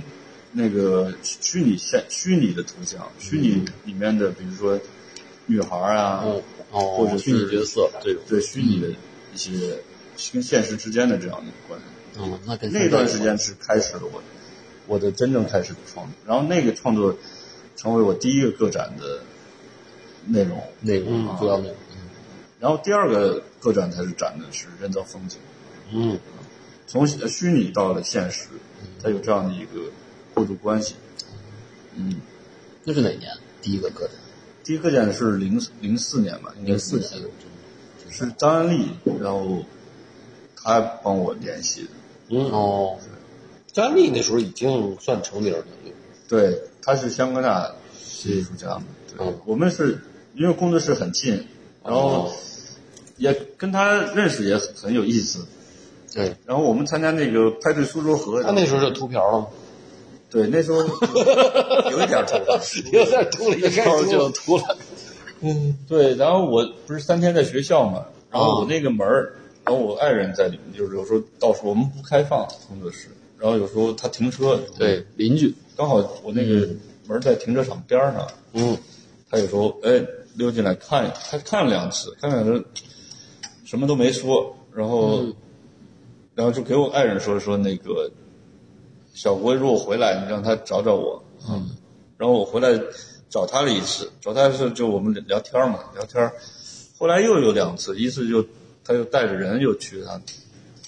那个虚拟现、虚拟的图像，虚
嗯
拟里面的，比如说女孩啊，
哦，
或者
虚
是
拟角色这种，嗯
对虚拟的一些跟现实之间的这样的关系。
嗯，那跟
那段时间是开始了我我的真正开始的创作，然后那个创作成为我第一个个展的内容，
那
嗯
个主要内容，
然后第二个个展才是展的是人造风景，
嗯，
从虚虚拟到了现实，它有这样的一个过渡关系。嗯，
那是哪年第一个个展？
第一个展是零零四年吧，应该是
四年，
是张安利，然后他帮我联系的，
哦，
嗯张力那时候已经算成名了，
对，他是香格纳艺术家嘛。对，
嗯
我们是因为工作室很近，然后也跟他认识也很有意思。
对，
然后我们参加那个派对苏州河，
他那时候就秃瓢了吗？
对那时候有一点头发，
有点秃了，一开始就秃了，
对，然后我不是三天在学校嘛，然后我那个门儿，然后我爱人在里面，就是有时候到时候我们不开放工作室，然后有时候他停车，
对，邻居，
刚好我那个门在停车场边儿上，
嗯，
他有时候哎溜进来看，他看了两次，看两次什么都没说，然后、然后就给我爱人说说那个小郭如果回来，你让他找找我，嗯，然后我回来找他了一次，找他的时候就我们聊天嘛，聊天，后来又有两次，一次就他又带着人又去他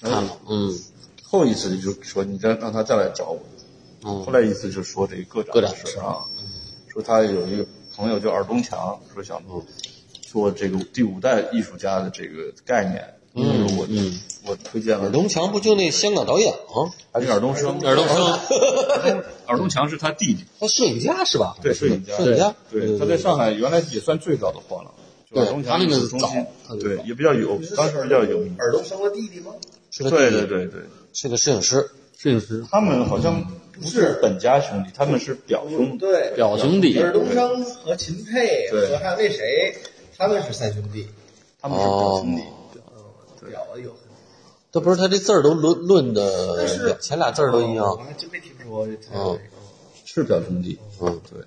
看了，嗯，
后一次就说你再让他再来找我。
嗯
后来一次就说这个
个
哦各
展
的事儿啊，说他有一个朋友叫尔东强，说想做这个第五代艺术家的这个概念。嗯，我我推荐了
尔东强不就那香港导演吗？
还是尔东升，啊
尔东升，
尔东强是他弟弟，
他摄影家是吧？
对，摄影家，
摄影家，
对，他在上海原来也算最早的画廊，就尔东强艺术中心，对，也比较有，当时比较有名。
耳朵生了弟弟吗？
是个
对对对对，
是个摄影师，
摄影师
他们好像不是本家兄弟，他们是表兄弟。
对，
表兄弟，
尔冬升和秦沛
嗯对
和还有那谁，他们是三兄弟。
他们是表兄弟。
哦
表啊有，
这不是他这字儿都论论的
是哦
两，前俩字儿都一
我
样，
还真没听说这台
嗯
湾。
是表兄弟，
嗯，
对，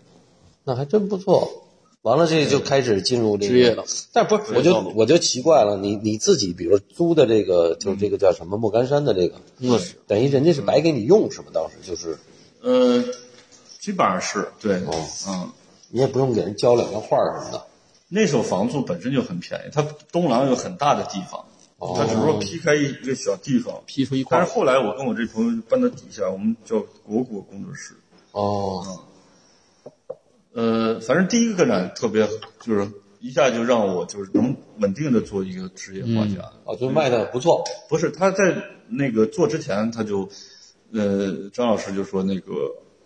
那还真不错。完了，这就开始进入这个
职业了，
但不是，我就
道路
我就奇怪了，你你自己，比如租的这个，
嗯
就是这个叫什么莫干山的这个，
工作室，
等于人家是
嗯
白给你用，是吧？当时就是
呃，基本上是对
哦，
嗯，
你也不用给人交两张画儿什么的，
那时候房租本身就很便宜，它东廊有很大的地方，它只不过劈开一个小地方。
哦劈出一块
但
儿
是后来我跟我这朋友就搬到底下，我们叫果果工作室。
哦，
呃，反正第一个个展特别，就是一下就让我就是能稳定的做一个职业画家。
嗯
哦，就卖的不错，
不是他在那个做之前，他就，呃，张老师就说那个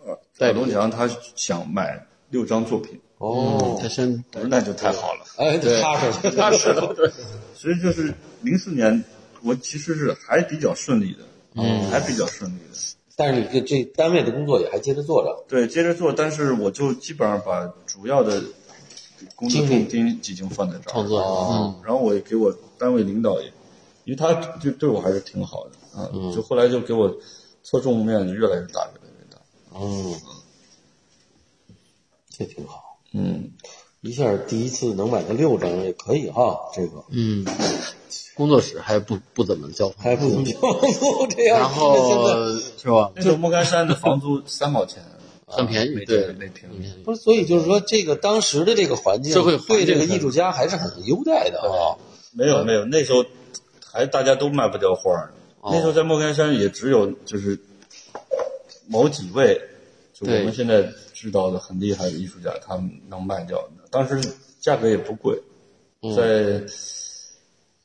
呃，戴
代理
东强他想买六张作品，
哦
嗯他，先
我说那就太好了，
哎，这踏实了，
那是的，所以就是零四年，我其实是还比较顺利的，嗯，还比较顺利的。
但是你这这单位的工作也还接着做着，
对，接着做，但是我就基本上把主要的工作重心已经放在这儿
创
了，啊
作者，
哦，
然后我也给我单位领导也，因为他就对我还是挺好的啊，就后来就给我侧重面越来越大，越来越大。
嗯，这挺好，
嗯，
一下第一次能买到六张也可以哈，这个
嗯，工作室还不不怎么交朋友，
还不怎么交租这样，
嗯然后是吧，
那时候莫干山的房租三毛钱，
很便宜，
每
对，
每平
很便宜
不是，所以就是说，这个当时的这个环境，
社会环境
对这个
是
艺术家还是很优待的啊。
没有没有，那时候还大家都卖不掉花儿，那时候在莫干山也只有就是某几位，就我
对
们现在知道的很厉害的艺术家，他们能卖掉的，当时价格也不贵，在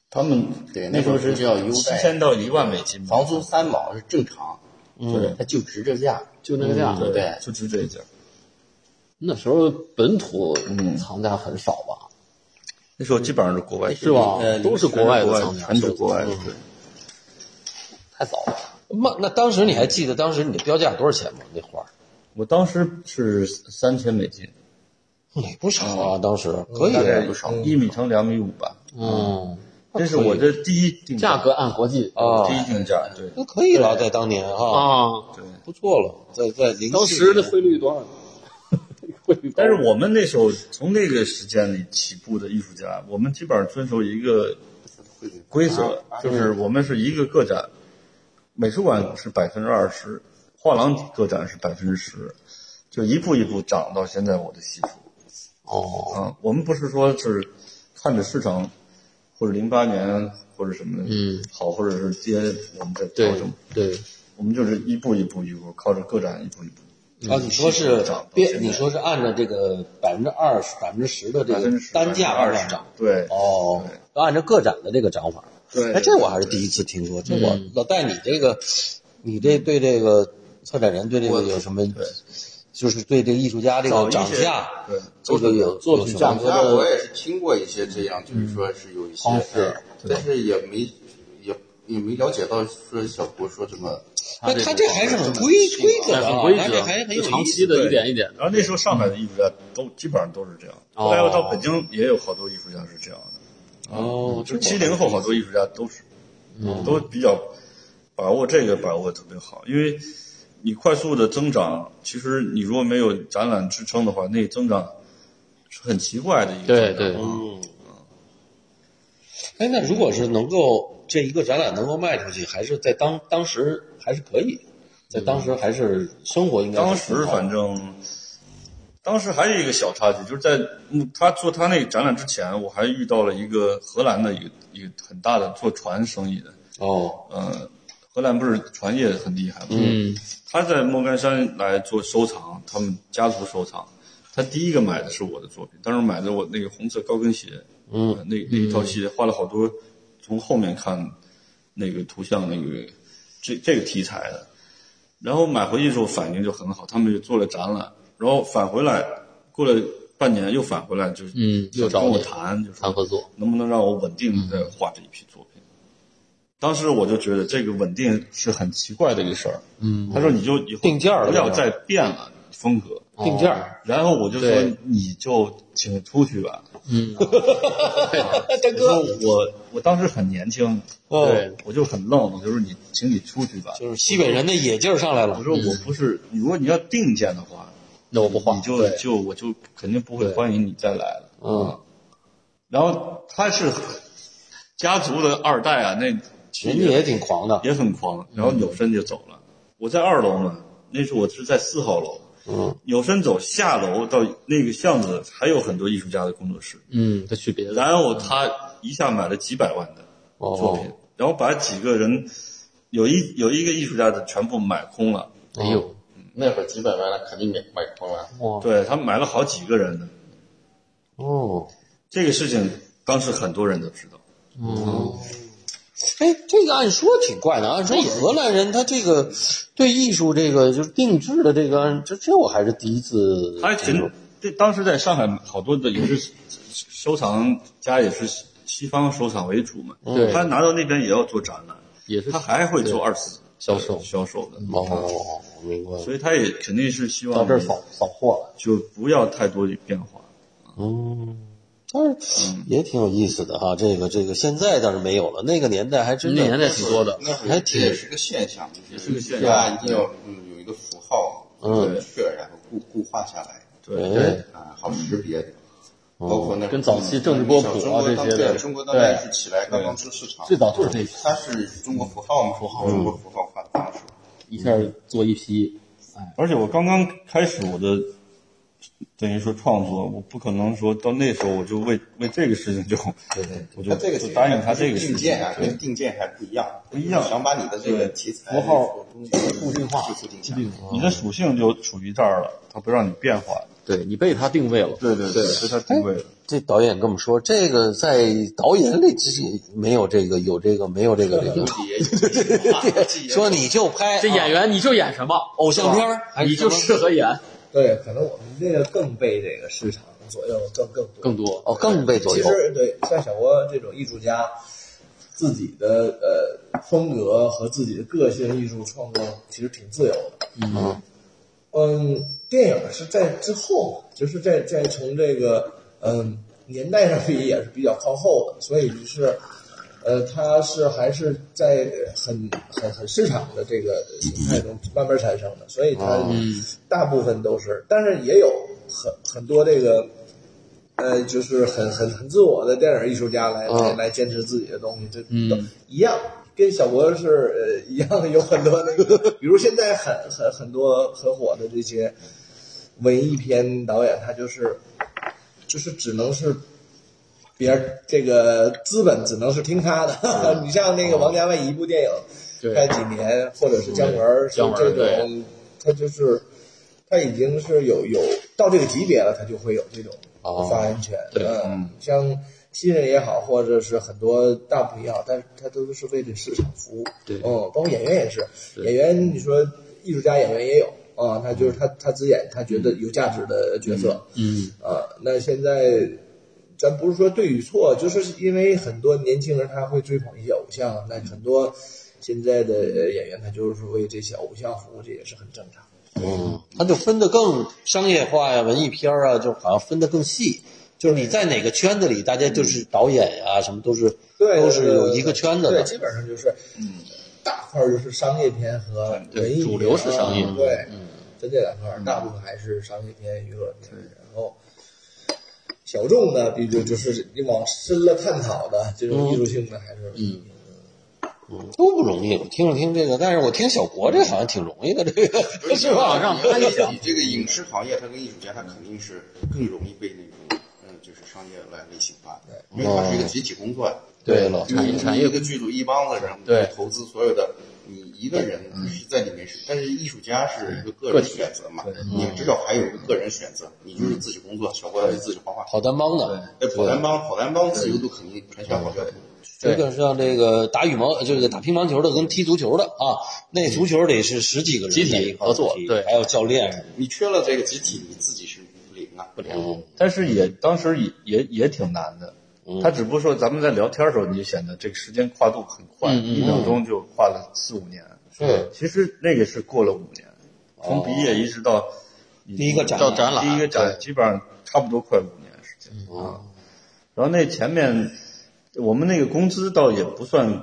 他们
对
那时候
那时
是
候比较优待
七千到一万美金吧，
房租三毛是正常，
对
他就值这价。
就那个价。
嗯对
对
就值这一家。
那时候本土藏家很少吧？
那时候基本上是国外，
是吧
呃
都是国外的藏家嗯
全是国外的。嗯对
太早了，
那那当时你还记得当时你的标价多少钱吗？那花儿
我当时是三千美金，
也不少啊，当时可以
大概
啊
一米乘两米五吧。
嗯，
这是我的第一定
价
价，
格按国际
啊
第一定价，对
那可以了，在当年啊，
啊，
对。
不错了，在在零
当时的汇率多少？ 汇率高，
但是我们那时候从那个时间里起步的艺术家，我们基本上遵守一个规则，就是我们是一个个展，美术馆是百分之二十，画廊个展是百分之十，就一步一步涨到现在我的系数。
哦，
啊，我们不是说是看着市场，或者零八年或者什么的，
嗯，
好，或者是接我们再调
对
整，
对，
我们就是一步一步一步靠着个展一步一步，
啊，你说是
涨到
别，
现在
你说是按照这个百分之二十、百分之十的这
百分
个
之十
单价往
二
上
十
涨，，
对，
哦，按照个展的这个涨法，
对
哎，这我还是第一次听说。这我老戴，你这个，你这对这个策展人对这个有什么？就是对这个艺术家这个
找一
涨
些
价，
对
这个有
作品价
好
格
像我
的
也是听过一些这样，就是说是有一些呃
方式，
但是也没也也没了解到说小胡说这么，
那他这还是很规规则
在
的
很
啊，
规
他
则
这还，很
就
有
长
意思
期的
对
一点一点的。
然后那时候上海的艺术家都基本上都是这样，
哦
后来我到北京也有好多艺术家是这样的，
哦，
就七零后好多艺术家都是，都比较把握这个把握得特别好，因为你快速的增长，其实你如果没有展览支撑的话，那增长是很奇怪的一个
对
增长。
对，
哎，那如果是能够这一个展览能够卖出去，还是在当当时还是可以，在当时还是生活应该
当
是挺
时
好的
反正当时还有一个小插曲，就是在嗯他做他那个展览之前，我还遇到了一个荷兰的一个一个很大的做船生意的，
哦，
呃，荷兰不是船业很厉害吗？嗯，他在莫干山来做收藏，他们家族收藏。他第一个买的是我的作品，当时买的我那个红色高跟鞋，嗯，那那一套系列画了好多，从后面看那个图像那个这这个题材的，然后买回去的时候反应就很好，他们就做了展览，然后返回来过了半年又返回来就
嗯
想
又找
跟我
你
谈，就说
谈合作，
能不能让我稳定的画这一批作品？当时我就觉得这个稳定是很奇怪的一个事儿。嗯，他说你就以后
定价了
不要再变了风格。
定价
嗯
儿，
然后我就说
对嗯
你就请出去吧。
大
我说我我当时很年轻，
哦
对，我就很愣，我就说你请你出去吧。
就是嗯西北人的野劲儿上来
我
了，
说我不是，如果你要定见的话，
那我不画
你，就就我就肯定不会欢迎你再来了。
嗯，
然后他是家族的二代啊，那其实
人家嗯也挺狂的，
也很狂，然后扭身就走了。我在二楼嘛，那时候我是在四号楼，
嗯，
扭身走下楼到那个巷子，还有很多艺术家的工作室。
嗯，再去别的，
然后他一下买了几百万的作品，
哦，
然后把几个人有一有一个艺术家的全部买空了，
哦
哎呦，
那会儿几百万了，肯定买买空了。
哇，
对他买了好几个人的。
哦，
这个事情当时很多人都知道，
哎，这个按说挺怪的，按说荷兰人他这个对艺术这个就是定制的这个，这这我还是第一次
他
听
挺
说。
这当时在上海好多的也是收藏家也是西西方收藏为主嘛，
对
他拿到那边也要做展览，
也是
他还会做二次
销售
销售嗯的，
哦，我明白了。
所以他也肯定是希望
到这儿扫扫货了，
就不要太多的变化。
嗯，但是
嗯
也挺有意思的哈。这个这个现在倒是没有了，那个年代还真
那
嗯
的
年代挺多的，
那会
还
儿
挺
这也是个现象，就是
是个现象
家一定要嗯有一个符号，
嗯
明确，然后固固化下来
对，
啊，好识别。包括那
哦跟早期政治波谱啊
小中国当
这些的
对中国当代艺术起来刚刚出市场，
最早就是这个
它是中国符号嘛，符号中国
嗯
符号化的方式。
一下做一批，
而且我刚刚开始我的，等于说创作，我不可能说到那时候我就为为这个事情就，对对，我就
它这个
就
其实
答应他
还是
这个事
定
情
件啊，，跟
对
定件还不一样，不
一样
想把你的这个
对
题材
符号
固
定化
固定
固
下来
定。
你的属性就处于这儿了，它不让你变化。
对你被他定位了，
对对哎对，是它定位的。
这导演跟我们说，这个在导演里之前没有这个，有这个没有这个这个， 说你就拍
这演员你就演什么
偶像片儿
是吧
还是
你就
什么
适合演
对，可能我们这个更被这个市场左右更更多。
更多
哦，更被左
其
右。
实对，像小郭这种艺术家，自己的呃风格和自己的个性艺术创作其实挺自由的。
嗯
嗯，电影是在之后，就是在在从这个嗯年代上比也是比较靠后的，所以就是呃，它是还是在很很很市场的这个形态中慢慢产生的，所以
哦
它大部分都是，但是也有很很多这个。呃，就是很很很自我的电影艺术家来、来
嗯
来坚持自己的东西，这
嗯
都一样，跟小博是呃一样的，有很多那个，比如现在很很很多很火的这些文艺片导演，他就是就是只能是别人这个资本只能是听他的。 你像那个王家卫一部电影
嗯对
拍几年，或者是姜文儿，
姜
像
文儿
这种，他就是他已经是有有到这个级别了，他就会有这种发言权。
哦对
嗯，像。新人也好，或者是很多大部也好，但是他都是为这市场服务。
对
嗯，包括演员也是，演员你说艺术家演员也有啊，他就是他他只演他觉得有价值的角色。
嗯
啊，那现在咱不是说对与错，就是因为很多年轻人他会追捧一些偶像，那很多现在的呃演员他就是为这些偶像服务，这也是很正常。
嗯，它就分得更商业化呀，文艺片儿啊，就好像分得更细。就是你在哪个圈子里，大家就是导演呀、什么都是
嗯对，
都是
对
有一个圈子
对，
的。
基本上就是，大块儿就是商业片和文艺片
主流是商业
啊对，分这两块儿，大部分还是商业片、娱乐片，然后。小众
嗯
的，比如就是你往深了探讨的这种艺术性的，还是
嗯
都不容易。我听了听这个，但是我听小国这好像挺容易的，这 个是吧？
你按理讲，这个影视行业它跟艺术家，它肯定是更容易被那种嗯，就是商业来类型化的，因为它是一个集体工作呀。
哦对了，
就是你一个剧组一帮子人，
对
投资所有的，你一个人
嗯
是在里面是，但是艺术家是一个个人选择嘛，你至少还有一个个人选择，你就是自己工作，小郭就自己画画，
跑单帮的，
哎，跑单帮，跑单帮自由度肯定传销好较多。
有点像这个打羽毛，这个打乒乓球的跟踢足球的啊，那足球得是十几个人
集体
在一块儿
合作
踢
对
还有教练什么
你缺了这个集体，你自己是零啊，不
的。嗯
但是也当时也也也挺难的。他只不过说咱们在聊天的时候，你就显得这个时间跨度很快，一秒钟就跨了四五年。
嗯是哦
其实那个是过了五年，从毕业一直到你
第一个展嗯
到展览
第一个展基本上差不多快五年时间啊。然后那前面我们那个工资倒也不算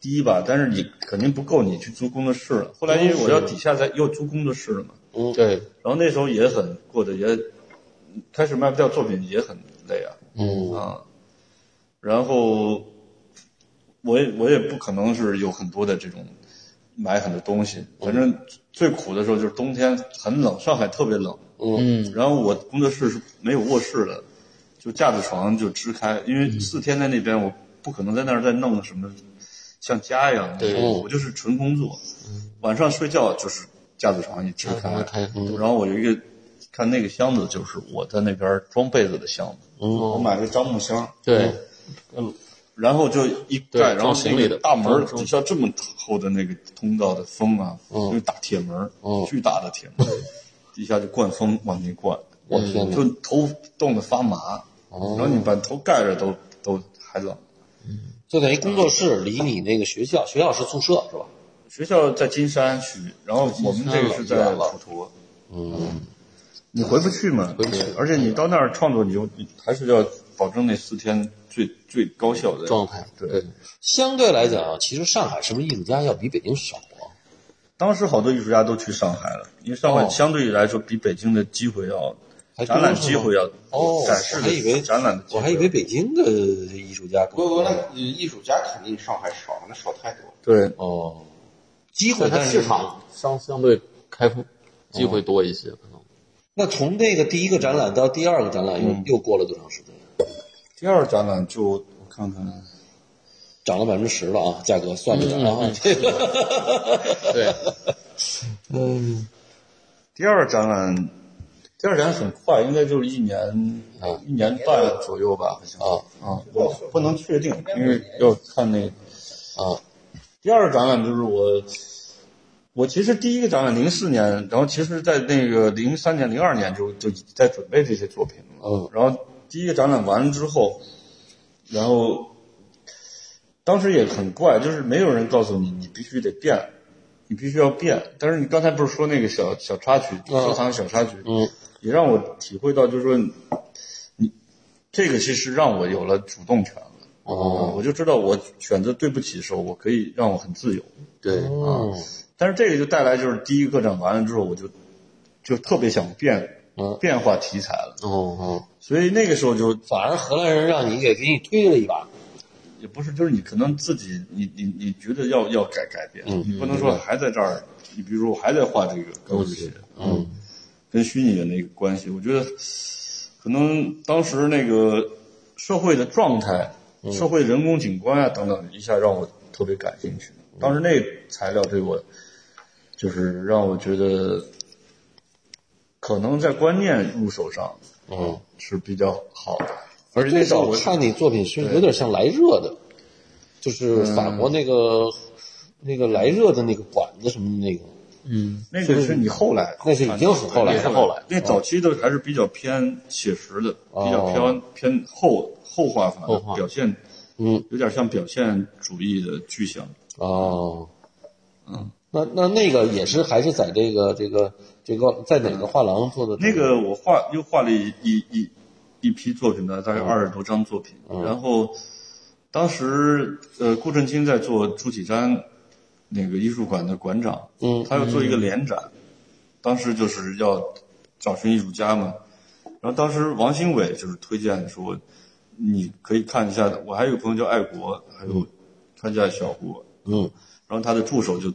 低吧，但是你肯定不够你去租工作室了。后来因为我要底下在又租工作室了嘛，
对，
然后那时候也很过得也开始卖不掉作品也很累啊，
嗯
啊，然后我也我也不可能是有很多的这种买很多东西，反正最苦的时候就是冬天很冷，上海特别冷，
嗯，
然后我工作室是没有卧室的，就架子床就支开，因为四天在那边我不可能在那儿再弄什么像家一样的，我就是纯工作，晚上睡觉就是架子床一支开，
开
然后我有一个看那个箱子，就是我在那边装被子的箱子，
嗯
我买了个樟木箱，
对，
然后就一盖，
哦对
然后
装行李
那
的嗯
个大门儿
装
底下这么厚的那个通道的风啊，
嗯
就是大铁门儿，巨大的铁门儿，底下就灌风往进灌，
嗯
我天，就头冻得发麻，
哦
然后你把头盖着都都还冷。
就
嗯
等于工作室离你那个学校，学校是宿舍是吧？
学校在金山区，然后我们这个是在普陀。嗯，你回不去嘛？回不去。而且你到那儿创作，你就你还是要保证那四天最最高效的
状态
对，
相对来讲啊，其实上海是不是艺术家要比北京少啊？
当时好多艺术家都去上海了，因为上海
哦
相对来说比北京的机会要
还多
展览
是吗
机会要
哦，
展示
我还以
的
为
展览的机会
我还以为北京的艺术家更
不过那呃艺术家肯定上海少，那少太多了。
对
哦，机会
但它
但是
市场相相对开放，机会多一
哦
些，可能
那从这个第一个展览到第二个展览又、
嗯
又过了多长时间？
第二展览就我看啊看
涨了百分之十了啊，价格算
嗯
不涨啊，这个
对，
第二展览，第二展览很快，应该就是一年
啊
一年半左右吧，好像
啊
啊，我不能确定，因为要看那个。
啊，
第二个展览就是我，我其实第一个展览零四年，然后其实在那个零三年、零二年就就在准备这些作品了。
嗯，
然后第一个展览完了之后，然后当时也很怪，就是没有人告诉你你必须得变，你必须要变。但是你刚才不是说那个小小插曲，收藏小插曲，
嗯，
也让我体会到，就是说你这个其实让我有了主动权了。哦，我就知道我选择对不起的时候，我可以让我很自由。啊
对，
哦，
但是这个就带来就是第一个个展完了之后，我就就特别想变变化题材了，
哦，
所以那个时候就
反而荷兰人让你给给你推了一把，
也不是，就是你可能自己你你你觉得要要改改变，你不能说还在这儿，你比如说我还在画这个高跟鞋，嗯，跟虚拟的那个关系，我觉得可能当时那个社会的状态、社会人工景观啊等等，一下让我特别感兴趣。当时那材料对我就是让我觉得，可能在观念入手上
嗯，
是比较好的。
而
且那时候我
看你作品是有点像莱热的，就是法国那
嗯
个、那个莱热的那个管子什么的那个，
那个是你后来，
那是已经很后来
也
了
是后来。嗯那早期的还是比较偏写实的，
哦
比较偏偏后后画法
后画
的表现，
嗯，
有点像表现主义的具象。
哦，嗯，那那那个也是还是在这个这个这个在哪个画廊做的？
那个我画又画了一一一一批作品呢，大
嗯
概二十多张作品。然后当时呃，顾振清在做朱启瞻那个艺术馆的馆长，
嗯
他要做一个联展，当时就是要找寻艺术家嘛。然后当时王兴伟就是推荐说，你可以看一下，我还有个朋友叫爱国，还有看一下小胡，
嗯
然后他的助手就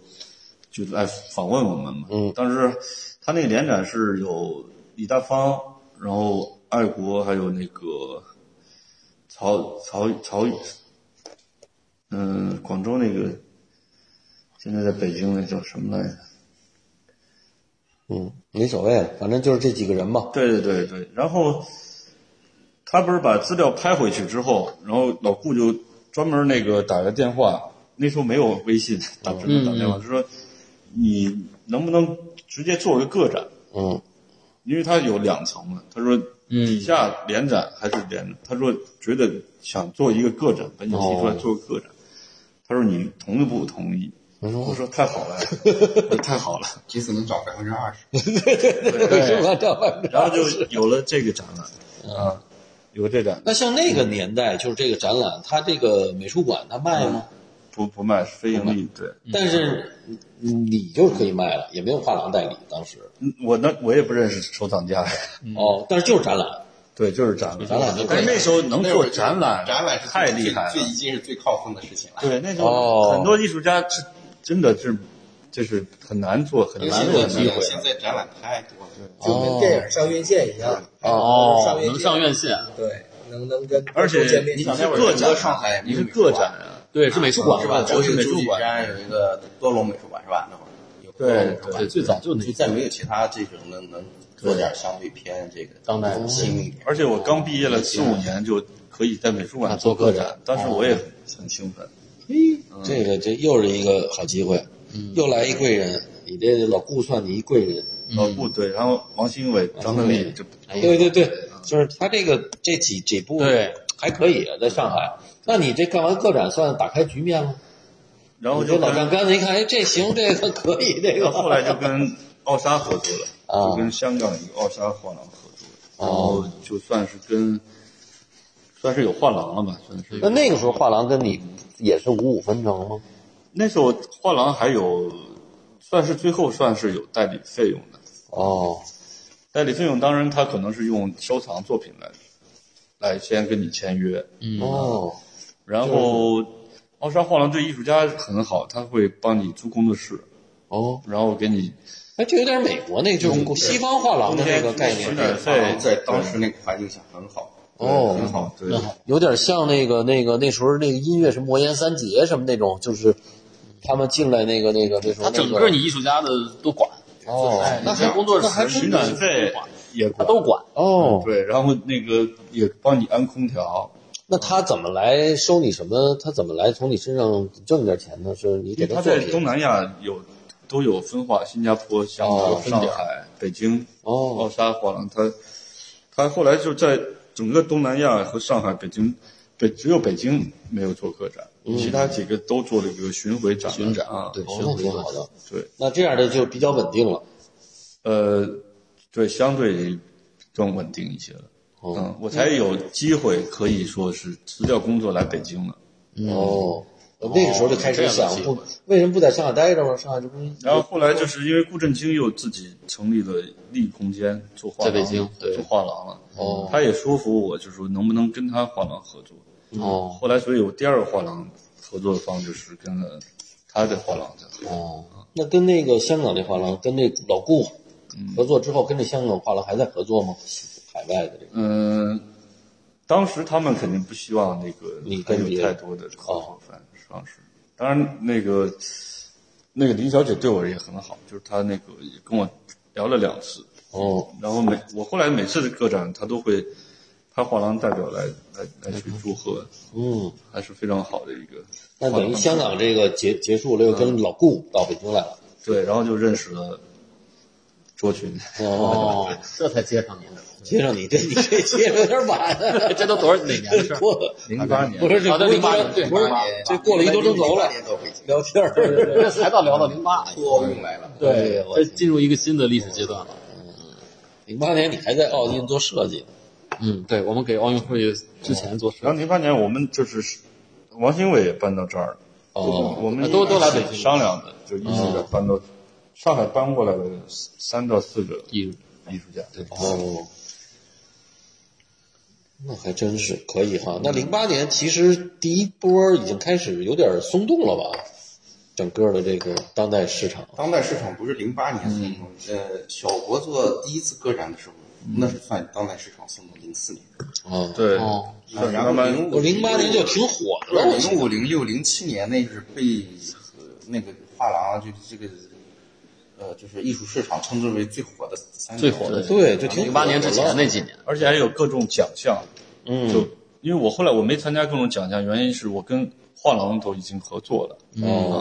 就来访问我们嘛。
嗯
当时他那个联展是有李大方，然后爱国，还有那个曹曹曹宇，嗯、广州那个现在在北京那叫什么来着？
嗯，没所谓，反正就是这几个人吧。
对对对对，然后他不是把资料拍回去之后，然后老顾就专门那个打个电话，那时候没有微信，打只能打电话，就说你能不能直接做个个展？
嗯
因为他有两层嘛，他说底下联展还是联展，他说觉得想做一个个展，把你提出来做个个展，他说你同不同意？我说太好了，我说太好了，
这次能涨百分之二十，
是吧？这玩意儿
然后就有了这个展览，啊，有这展览。
那像那个年代，就是这个展览，它这个美术馆它卖吗？
不不卖是非盈利，对，
但是你你就是可以卖了，也没有画廊代理当时。
嗯我那我也不认识收藏家，
哦，但是就是展览。
对，就是展览，
展览就可以
但是那时候能
那会
做
儿
展览，
展览是
太厉害
最
了，
已经是最靠风的事情了。
对，那时
哦
候很多艺术家是真的是就是很难做，很
因为
难
现
有
在
机会，
现在展览太多了，
就
哦
跟电影上院线一样，
哦，
院
能上
线，
院线，
啊
对，能能跟
而且
观众见面
你
小
是
那会儿
个
整个
展
上海
啊，你
没
是
有美术
个
馆
展啊，
对，是美术馆
是吧？
都
我
是
有
美
朱
术
丽
馆
山有一个多龙美术馆是吧？那会儿有多龙
对
美术馆
对，最早就那
就再没有其他这种能能做点相对偏这个
当代的
新一点。
而且我刚毕业了四五年就可以在美术馆
做
个
个
展
展，
当时我也很很兴奋，嗯
这个这又是一个好机会，又来一贵人，你这老顾算你一贵人。
老顾哦对，然后王兴伟、张德利就
对对对，
嗯
就是他这个这几几部
对
还可以，啊在上海。
嗯
那你这干完个展算打开局面了？
然后
你这
就
老丈
跟
杆子一看，哎，这行，这个可以，这个
后来就跟奥沙合作了，
啊
就跟香港一个奥沙画廊合作，
哦
然后就算是跟算是有画廊了吧，算是
那
有
那个时候画廊跟你也是五五分成吗？
那时候画廊还有算是最后算是有代理费用的，
哦，
代理费用当然他可能是用收藏作品来来先跟你签约，
哦，
然后奥沙画廊对艺术家很好，他会帮你租工作室，
哦，
然后给你
哎，这有点美国那
嗯
就是西方画廊哦的那个概
有
念，
点费，
在当时那个环境下很好，
哦
很好，
对。
有点像那个那个那时候那个音乐什么魔岩三杰什么那种，就是他们进来那个那个那时候
他
那
整个你艺术家的都管，
哦
那还工作室
巡展费也
他
管，
都管，
哦，
对，然后那个也帮你安空调，
那他怎么来收你什么？他怎么来从你身上挣你点钱呢？是你
因
给
为他
做
在
品
东南亚有都有分化，新加坡、香港、
哦
上海、北京、
哦
奥沙画廊，他他后来就在整个东南亚和上海、北京。北只有北京没有做个展，其他几个都做了一个巡回展。嗯巡展啊，
对，
哦，
巡
那
回
挺
的
好的。
对，
那这样的就比较稳定了。
呃，对，相对更稳定一些了。
哦
嗯，我才有机会可以说是辞掉工作来北京了。
嗯
哦，我那个时候就
哦
开始想不，为什么不在上海待着吗？上海这不是
然后后来就是因为顾振清又自己成立了丽空间做画廊，
在北京对
做画廊了。嗯
哦
他也说服我，就说能不能跟他画廊合作。
哦
后来，所以我第二个画廊合作方就是跟了他的画廊在合作。
哦，那跟那个香港这画廊，跟那老顾
嗯
合作之后，跟这香港画廊还在合作吗？海外的这个
嗯，当时他们肯定不希望那个
你
还
跟别
有
人哦
太多的合作方式。当然，那个那个林小姐对我也很好，就是她那个也跟我聊了两次，
哦
然后每我后来每次的个展，他都会派画廊代表来来来去祝贺，
嗯，
还是非常好的一个。
那等于香港这个结结束了，又跟老顾到北京来了。
对，然后就认识了卓群，
哦，
哦，这才接上您，
接上你这你这接的有点晚啊，
这都多少哪年 的事儿？
过了
零八
不
年，
是这
啊对
不是
08年
不是
对
这过了一个多钟头了
08年到北京，
聊天儿。
这才到聊到零八，
托运来了。
对我
这哎进入一个新的历史阶段了。
零八年你还在奥运做设计，
嗯，对，我们给奥运会之前做
然
设
后
计，
零八年我们就是王兴伟也搬到这儿了，
哦
我们
都都来北京
商量的，就一起的搬到上海搬过来的三到四个
艺术
艺术家，对，
哦，那还真是可以哈。那零八年其实第一波已经开始有点松动了吧？整个的这个当代市场。
当代市场不是零八年松动，
嗯
呃，小国做第一次个展的时候，那是算当代市场松动，零四年，
啊，
对，
哦，
啊然后零
我
五
零八年就挺火的了，我记
零
得
五零六零七年那是被呃那个画廊就这个呃就是艺术市场称之为最火的三
最火的
对，就挺
零八年之前那
那
几年，
而且还有各种奖项，
嗯
就因为我后来我没参加各种奖项，原因是我跟画廊都已经合作了，
哦，
啊，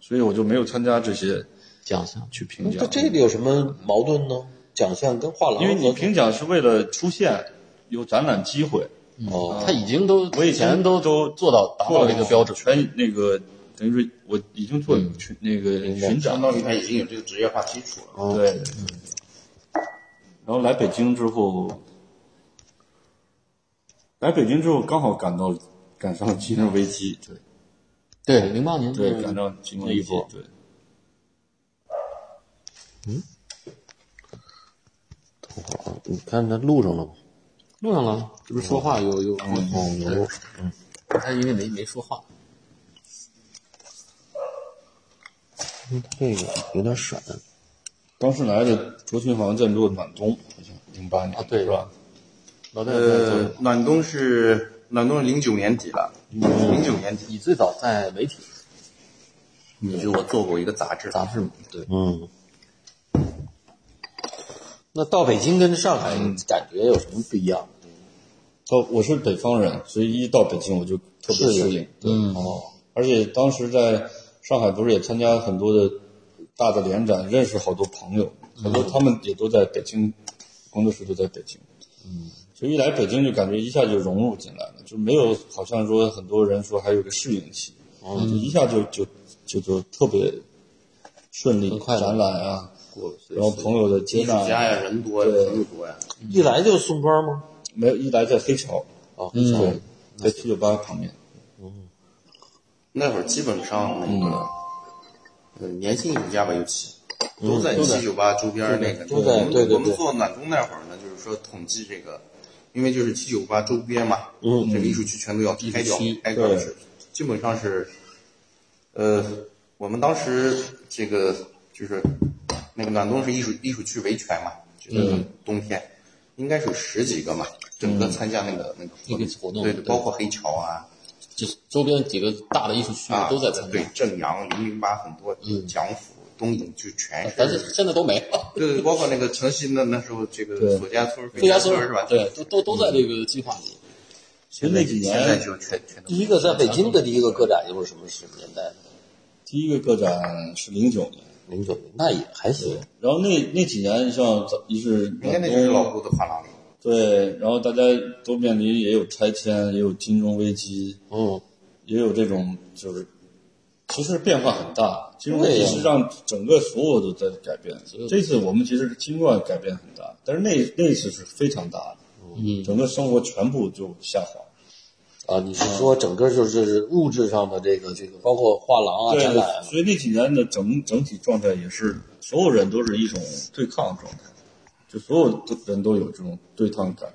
所以我就没有参加这些
奖项
去评
那
奖。
这里有什么矛盾呢？奖项跟画廊
因为你
合作
评奖是为了出现有展览机会，
哦，
嗯他已经都
我以前
前都
都
做到达到
做
这个标准，
全哎那个等于说我已经做群那个巡展
相，当于它已经有这个职业化基础了。
对。然后来北京之后，来北京之后刚好赶到赶上金融危机，对
对，零八年
对，赶上金融危机
嗯那一波，
对。
你看他录上了吗？
录上了，这不是说话有有嗯
哦，有录。
他因为没没说话，
嗯这个有点闪。
当时来的卓群好像在做暖冬，好像零八年
啊对
是吧？
老戴在做
呃，暖冬是暖冬是零九年底了，零九年底
你最早在媒体
你就我做过一个杂志，
杂志嘛，对，
嗯，那到北京跟上海
嗯
感觉有什么不一样？
到我是北方人，所以一到北京我就特别
适应
适应。对，哦
嗯
而且当时在上海不是也参加很多的大的联展，认识好多朋友，
嗯
很多他们也都在北京，工作室都在北京。嗯，所以一来北京就感觉一下就融入进来了，就没有好像说很多人说还有个适应期，嗯、就一下就就就就特别顺利，
快乐
展览啊，然后朋友的接
艺术
纳啊，
家呀，人多呀，
对
朋友多呀。
一来就松庄吗？
没有一来在黑桥，
哦，
对，在七九八旁边。
那会儿基本上那
嗯
个，呃，年轻艺术家吧，尤其都在
嗯都在
七九八周边儿那个。
都在
我们
对对对
我们做暖冬那会儿呢，就是说统计这个，因为就是七九八周边嘛，
嗯
这个艺术区全都要开掉，开掉是基本上是，呃，我们当时这个就是那个暖冬是艺术艺术区维权嘛，
嗯
就是冬天。应该是有十几个嘛，整个参加那个、那
那
个
个活动
对，
对
包括黑桥啊，
就是周边几个大的艺术区
啊，
都在参
对
加，，
正阳、零零八很多，蒋府、东营就全
呃但是
是，
现在 都没了。
对对，包括那个城西那那时候这个左家村、
杜
北
家
村
村
是吧？
对，，都都都在这个计划里。
其实那几
现在
年
就全全都
第一个在北京的第一个个展又是什么什么年代？
第一个个展是零九年，
零九年，那也还行。
然后那那几年像咱一是
应该那就是老顾的画廊里，
对，然后大家都面临也有拆迁，也有金融危机，
嗯，
也有这种就是，其实变化很大。金融危
对
机
呀
是让整个所有都在改变。
啊
这次我们其实新冠改变很大，但是那那一次是非常大的，
嗯，
整个生活全部就下滑。
啊，你是说整个就是物质上的这个这个，包括画廊啊、
对
展览啊，
所以那几年的整整体状态也是，所有人都是一种对抗状态，就所有的人都有这种对抗感。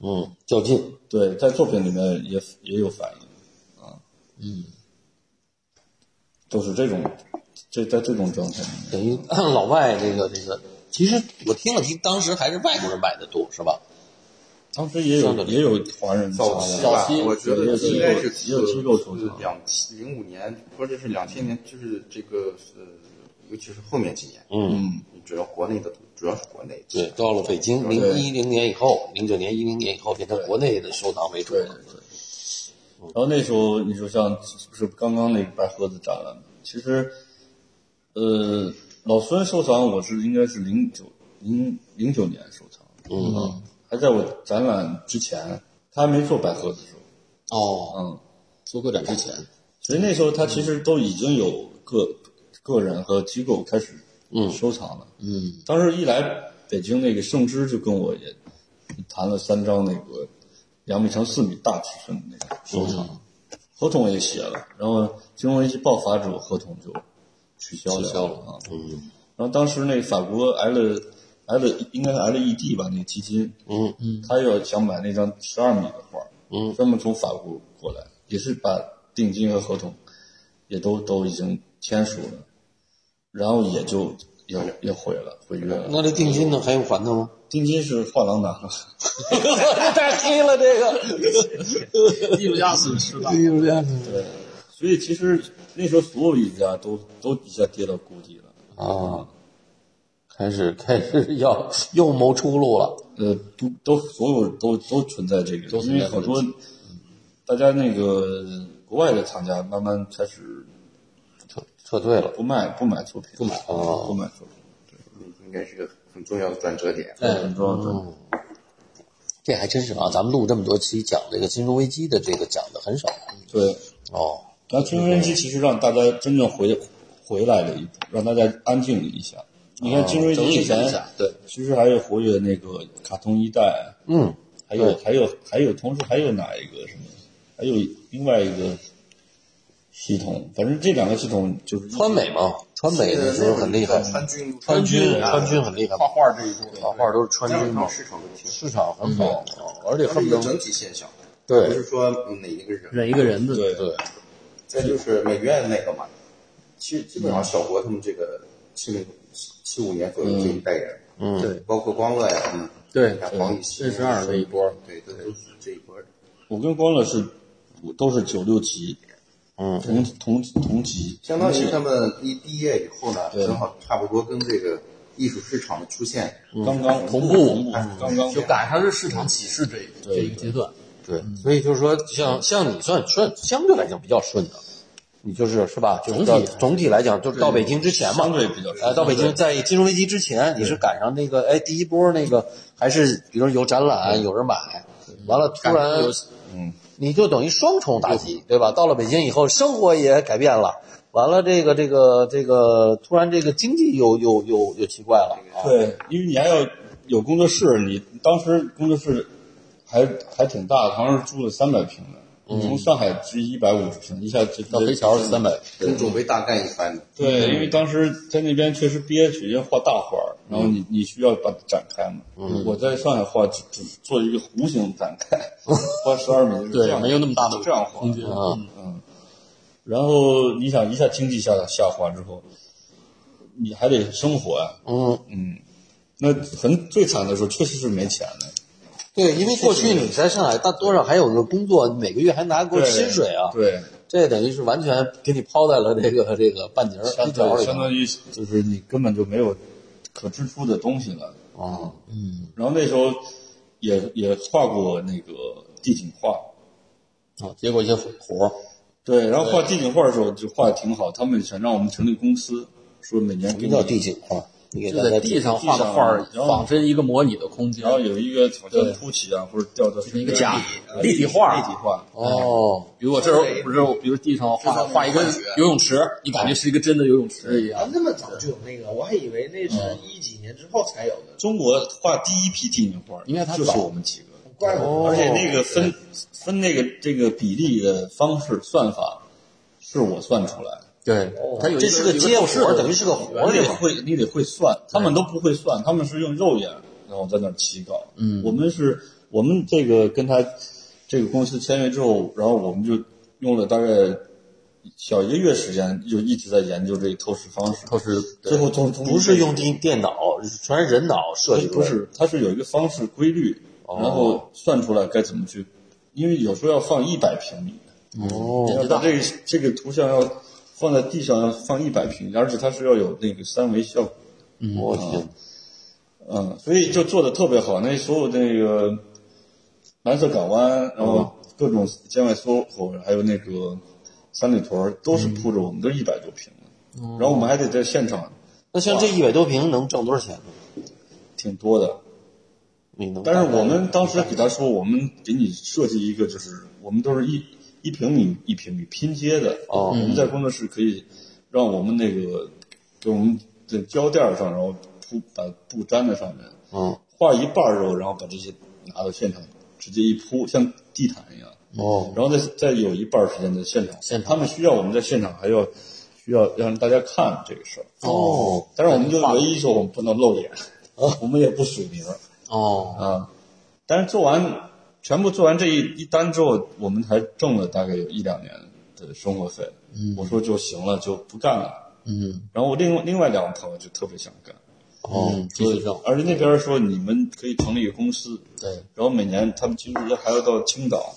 嗯，较劲。
对，在作品里面也也有反应，啊，嗯，都是这种，这在这种状态里面，
等于老外这个这个，其实我听了听，当时还是外国人买的多，是吧？
当时也有
上个
也有华人啥
早期
的，
吧，
期
我觉得应该是
也有机构投资
两零五年或者是两千年，就是这个呃，尤其是后面几年，
嗯，
主要国内的主要是国内，
对，到了北京
对
零一零年以后，零九年一零年以后，变成国内的收藏为主
对对
了。
对。然后那时候你说像是刚刚那个白盒子展览，其实，呃，老孙收藏我是应该是零九零零九年收藏，嗯，还在我展览之前，他还没做白盒子的时候，
哦，
嗯。
做个展之前，
所以那时候他其实都已经有个个人和机构开始收藏了。
嗯，
当时一来北京，那个盛之就跟我也谈了三张那个两米乘四米大尺寸的那个收藏，
嗯
合同也写了，然后金融危机爆发之后，合同就取消了
取消了
啊。嗯，然后当时那法国挨了挨了应该是挨了 ED 吧，那个基金，
嗯
嗯，他要想买那张十二米的画，
嗯，
专门从法国过来，也是把定金和合同也都都已经签署了，然后也就也也毁了，毁约了。
那这定金呢？还用还他吗？
定金是画廊拿的，
太黑了，这个。
艺术家损失大。
艺术家
所以其实那时候所有艺术家都都一下跌到谷底了。
啊，开始开始要 又谋出路了。
呃，都都所有都都存在这个，
都存
因
在
为好
这个
多大家那个国外的厂家慢慢开始
撤撤退了。
不卖不买作品，不买
哦
不买作品，
应该是个很重要的转折点。
哎
很重
哦
要的。
这还真是啊，咱们录这么多期讲这个金融危机的这个讲的很少
对，
哦。
那青春期其实让大家真正回回来了一步，让大家安静一下。你
哦
看青春期以前，对，其实还有活跃那个卡通一代，啊
嗯，
还有还有还有，同时还有哪一个什么？还有另外一个系统，反正这两个系统就是
川美嘛，川美那时候很厉害，
川军，啊
川军川军很厉害，
画画这一部分，
画画都是川
那会
军
儿
嘛
市场都挺好，
市场很好，哦而且
它是
恨
一
不
个
得
嗯整体现象，不
对
是说哪一个人。
每一个人的
对
对
再就是美院那个嘛，其实基本上小国他们这个七零七五年左右这一代人，
嗯
对
包括光乐呀他们，
对
像黄以西
这是二那一波，
对，都都是这一波人。
我跟光乐是都是九六级，
嗯
同同同级，
相当于他们一毕业以后呢，正好差不多跟这个艺术市场的出现
刚刚
同步
同步，刚刚
就赶上是市场起势这一这一个阶段。
对，
嗯
所以就是说，像像你算算相对来讲比较顺的，你就是是吧？就是到
总体还
总体来讲，就是到北京之前嘛，
相对比较顺
哎，到北京在金融危机之前，你是赶上那个哎第一波那个还是比如有展览有人买，完了突然
嗯，
你就等于双重打击，对吧？到了北京以后，生活也改变了。完了，这个这个这个，突然这个经济又又又又奇怪了啊！
对，因为你还要有工作室，你当时工作室还还挺大，好像是住了三百平的，从上海至一百五十平，一下就到
北桥是300。
跟准备大干一番，
对，因为当时在那边确实憋屈，要画大画儿，然后你
嗯
你需要把它展开嘛。我在上海画只只做一个弧形 展开，画十二米，这
对，
样
没有那么大的
这样画
空间。
啊
嗯
然后你想一下经济下下滑之后，你还得生活呀、
嗯，
嗯，那很最惨的时候确实是没钱了。
对，因为过去你在上海，大多少还有个工作，每个月还拿过
对
薪水啊。
对，
这等于是完全给你抛在了这个这个半截儿
相
一条
当
里
相当于就是你根本就没有可支出的东西了。
哦
嗯
啊，
嗯
然后那时候也也画过那个地景画，
啊，接过一些活儿，
对，然后画地景画的时候就画的挺好，他们想让我们成立公司，说每年
什
给
么
你
叫地景画？你给
就
大
在
家
地
解释
上画的画儿
地，上
仿真一个模拟的空间
然。后有一个好像凸起啊，或者掉到
一个假立体画
啊立体画，
哦，
哎比如我这儿不是，我比如地上画画一个游泳池，你感觉是一个真的游泳池一
啊
样，。
那么早就有那个，我还以为那是
嗯
一几年之后才有的，
中国画第一批地景画，
应该他
就是
早哦
我们几个，
怪不得
哦
而且那个分分那个这个比例的方式算法，是我算出来的。
对，它有一
这是个
一
接
透视
活，
的
等于是个活
你
计
得
嘛。
会，你得会算，他们都不会算，他们是用肉眼，然后在那儿起稿。
嗯
我们是，我们这个跟他这个公司签约之后，然后我们就用了大概小一个月时间，就一直在研究这个透视方式。
透视
最后从从
不是用电电脑，全是人脑设计出
不
来的。
是，它是有一个方式规律，
哦
然后算出来该怎么去，因为有时候要放一百平米，
哦，
要把这个这个图像要放在地上要放一百平米，而且它是要有那个三维效果。
我天，
嗯，所以就做的特别好。那所有的那个蓝色港湾，然后各种建外 SOHO，还有那个三里屯儿，都是铺着我们，都一百多平的。然后我们还得在现场，
那像这一百多平能挣多少钱呢？
挺多的。
你能？
但是我们当时给他说，我们给你设计一个，就是我们都是一一平米一平米拼接的。
哦
我们在工作室可以让我们那个给我们的胶垫儿上，然后铺把布粘在上面。
嗯
画一半肉，然后把这些拿到现场直接一铺，像地毯一样。
哦
然后再再有一半时间在现场，
现场
他们需要我们在现场还要需要让大家看这个事儿。
哦，
但是我们就唯一说我们不能露脸，我们也不署名
哦，
啊。但是做完全部做完这一一单之后，我们还挣了大概有一两年的生活费。我说就行了，就不干了。嗯，然后我另另外两个朋友就特别想干，
哦，
所
继续
以
挣，
而且那边说你们可以成立一个公司，
对，
然后每年他们其实还要到青岛，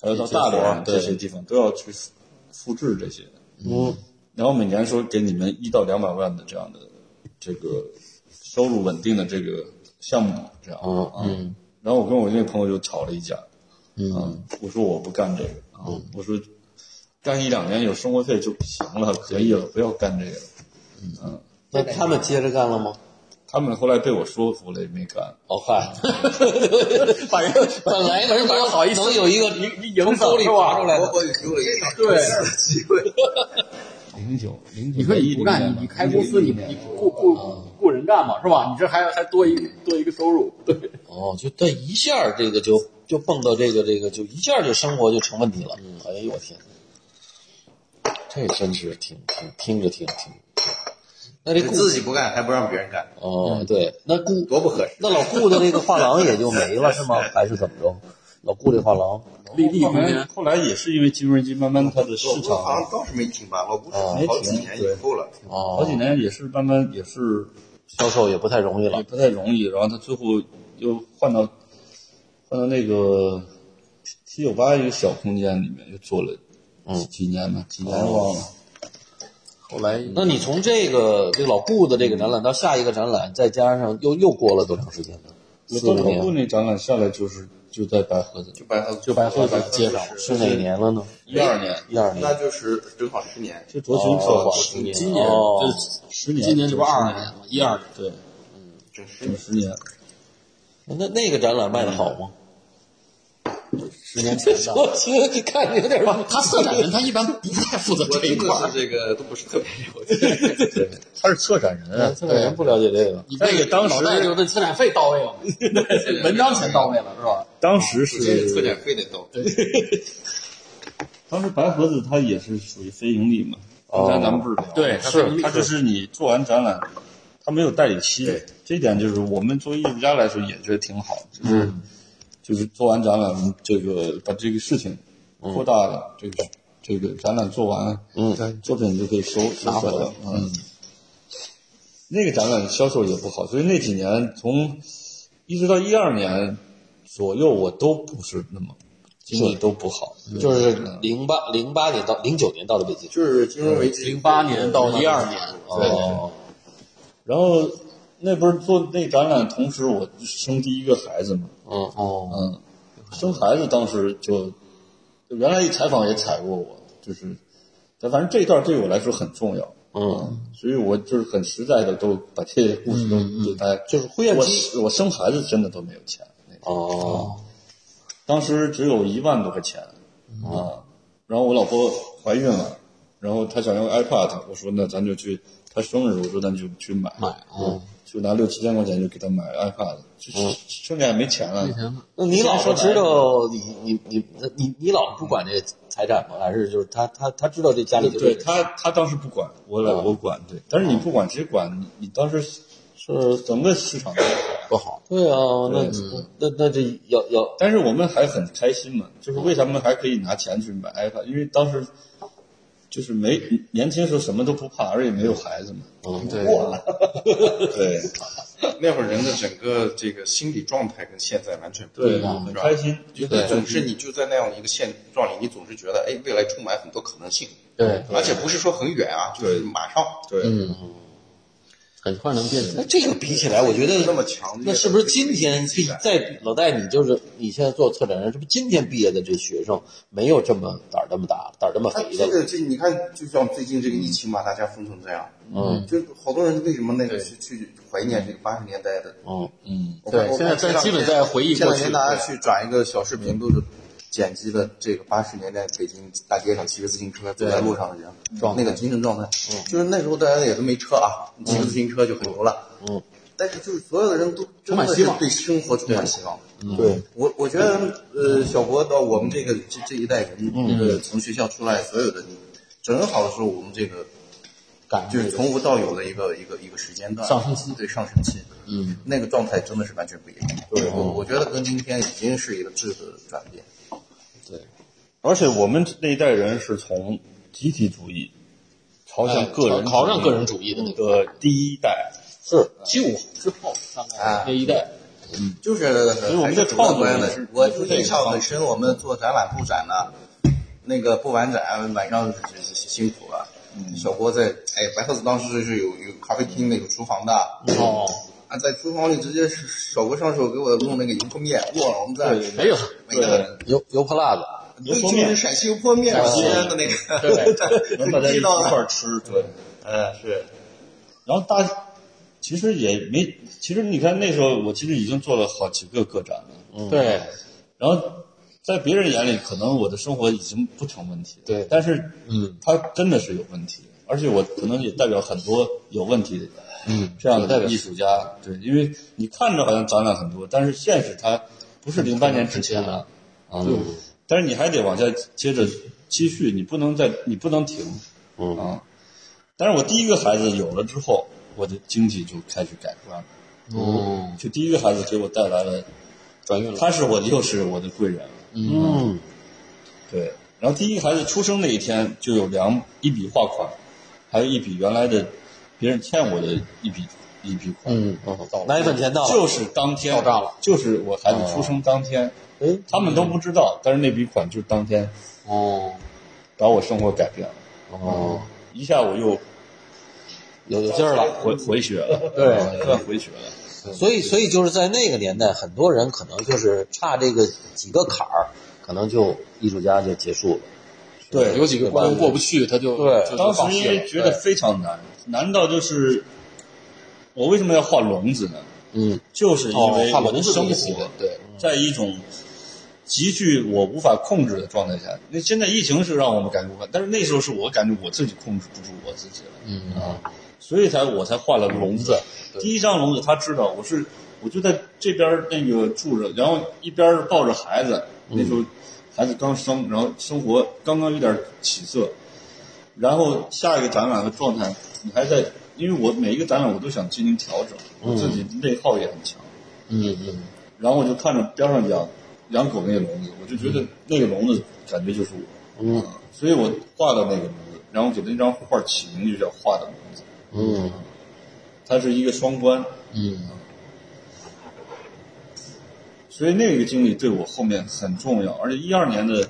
还要到大连
对
这些地方都要去复复制这些，
嗯，
然后每年说给你们一到两百万的这样的这个收入稳定的这个项目，这样
嗯
啊，然后我跟我那个朋友就吵了一架，嗯，我说我不干这个啊，我说干一两年有生活费就行了，可以了，不要干这个了。
那他们接着干了吗？
他们后来被我说服了，也没干。
哦，嗨，反正本 来能多好意思，能有一个你你
影响
兜里
是吧
爬出来的，
对，
零九零九，
你说你不干，你你开公司，你你雇雇雇人干嘛是吧？你这还还多一多一个收入，对，
哦，就这一下这个就就蹦到这个这个，就一下就生活就成问题了。哎呦我天，这真是挺挺听着挺挺。那哎这顾
自己不干还不让别人干，
哦，对，那顾
多不合适。
那老顾的那个画廊也就没了是 吗？还是怎么着？老顾这画廊
利利
后
空
来
间，
后来也是因为金融危机，慢慢它的市
我
场
好像倒是没停吧，我估计
啊
好几年以后了。
哦
好，几年也是慢慢也是
销售也不太容易
也
了。
不太容易，然后他最后又换到换到那个七九八一个小空间里面又做了几几年吧，几年嗯哦忘了。
后来
那你从这个这个老顾的这个展览到下一个展览，再加上又又过了多长时间呢？
我
四
到
五
头部
年
那展览下来就是就在白河的，就
白鹤
就白鹤
白鹤
街上
是哪年了呢？
一二年，
一二
那
年。
就是正好十年。
就卓群策划，
十年，
今年
哦
就是
十年，
今年这不
整
二
十
二年吗？一二年，
对，
整十
整嗯
年。
十年，
那那个展览卖的好吗？
十年前 的。
我去，看着有点儿
他策展人他一般不太负 责
我
这一
真
块
的
儿
是，这个都不是特别了解。
他是策展人啊，
现在人不了解这个。
嗯你
那个当时
老戴就是那策展费到位了，文章钱到位了是吧？
当时
这
是
个策展费得都
当时白盒子它也是属于非盈利嘛，
哦
刚才咱们不是聊吗
对它非盈利
它就是你做完展览，它没有代理期，这一点就是我们作为艺术家来说也觉得挺好，就是、就是做完展览，我们这个把这个事情扩大了，这个这个展览做完，嗯，作品就可以收收回来了，嗯。那个展览销售也不好，所以那几年从一直到一二年左右，我都不是那么经济都不好，
就是嗯零八零八年到零九年到了北京。
就是金融危机，
零八年到一二年，
哦，
然后那不是做那展览，同时我生第一个孩子嘛，
嗯哦，
嗯，生孩子当时就，就原来一采访也采过我，就是，但反正这一段对我来说很重要，
嗯，
所以我就是很实在的都把这些故事都给大家，
就是灰砚
我
机。
我生孩子真的都没有钱，那个
哦，
当时只有一万多块钱啊，然后我老婆怀孕了，然后她想要 iPad，我说那咱就去，她生日我说那就去买买啊，就拿六七千块钱就给她买 iPad，就剩下嗯也没钱了，
那你老婆知道你你你你你老婆不管这个财产吗？还是就是她她她知道这家里就
对啊
是
她她当时不管，我来我管对，但是你不管谁管，你你当时是整个市场都不好
不好，
对啊，那
嗯
那那这要要
但是我们还很开心嘛，就是为什么还可以拿钱去买 iPad？因为当时就是没年轻时候什么都不怕，而且没有孩子嘛，
对，
嗯对。
那会儿人的整个这个心理状态跟现在完全不一
对，
样，是
很
吧
开？心。
因为总是你就在那样一个现状里，你总是觉得哎，未来充满很多可能性，
对，
而且不是说很远啊，就是马上
对，
很快能变
那
现。
这个比起来，我觉得
那么强烈的
那是不是今天毕在老戴，你就是你现在做策展人，是不是今天毕业的这学生没有这么胆儿这么大、胆儿这么
他
肥的
哎这
了？
个这你看，就像最近这个疫情嘛，大家封成这样，
嗯，
就是好多人为什么那个去去怀念这个八十年代的？
嗯
嗯，
我看
对
我
现在
看前两
基本
天
在回忆
前两
过去
天大家去转一个小视频，都是剪辑的这个八十年代北京大街上骑着自行车走在路上的人，
嗯
那个精神状态，就是那时候大家也都没车啊，骑个自行车就很牛了。
嗯，
但是就是所有的人都真
满
的
希
是
望嗯
对生活充满希望。
对，
我我觉得，呃，小博到我们这个这这一代人，
嗯
那个从学校出来，所有的你，正好是我们这个
感
就是从无到有的一个一个一个时间段，
上升期
对上升期，嗯，那个状态真的是完全不一样。对，我我觉得跟今天已经是一个质的转变。
而且我们那一代人是从集体主义哎朝向
哎
个人
朝
主义
朝向
嗯
个人主义的那
的第一代，
是
九之后大概那一代，
就是
以我们在创作
还
呢
是我就印象很深，我们做展览布展呢，那个布完展晚上是辛苦了。小郭在哎，白鹤子当时是有有咖啡厅的，有厨房的
哦，
啊，在厨房里直接是小郭上手给我弄那个油泼面，哇，我们在
哎呦，
那个
油油泼辣子，
对，就是陕西油泼面，西安的那个，
能大家一
知道了
块儿吃，对。
嗯，是
然后大，其实也没，其实你看那时候我其实已经做了好几个个展了，
对，
然后在别人眼里可能我的生活已经不成问题了，
对
但是
嗯，
它真的是有问题，而且我可能也代表很多有问题的，嗯，这样的艺术家，对，因为你看着好像展览很多，但是现实它不是零八年之前了，啊，对，但是你还得往下接着继续，你不能再你不能停，
嗯
啊，但是我第一个孩子有了之后，我的经济就开始改观了，
哦，
就第一个孩子给我带来了，
转运了，
他是我又是我的贵人了。
嗯，
对，然后第一个孩子出生那一天就有两一笔画款，还有一笔原来的别人欠我的一笔一笔款，
嗯，
奶粉钱到了，
就是当天
到账了，
就是我孩子出生当天，
哎，
他们都不知道，但是那笔款就是当天
哦，
把我生活改变了，
哦，
一下我又
有有劲儿了。
回回血了，
对，
算 回血了。
所以，所以就是在那个年代，很多人可能就是差这个几个坎儿，可能就艺术家就结束了。
对
有几个关过不去，他就
对
就就
当
放
时
弃
因为
了
觉得非常难，难到就是我为什么要画笼子呢？
嗯，
就是因为
哦画
我
笼
的
子这
生
个行为
活
对，
在一种极具我无法控制的状态下。那现在疫情是让我们感觉无法，但是那时候是我感觉我自己控制不住我自己了，
嗯
啊，所以才我才画了笼子。第一张笼子，他知道我是，我就在这边儿那个住着，然后一边儿抱着孩子，那时候孩子刚生，然后生活刚刚有点起色，然后下一个展览的状态，你还在，因为我每一个展览我都想进行调整，我自己内耗也很强，
嗯嗯，
然后我就看着边上养养狗那个笼子，我就觉得那个笼子感觉就是我，
嗯，
所以我画的那个笼子，然后给那张画起名就叫画的笼子，
嗯，
它是一个双关，
嗯，
所以那个经历对我后面很重要，而且一二年的，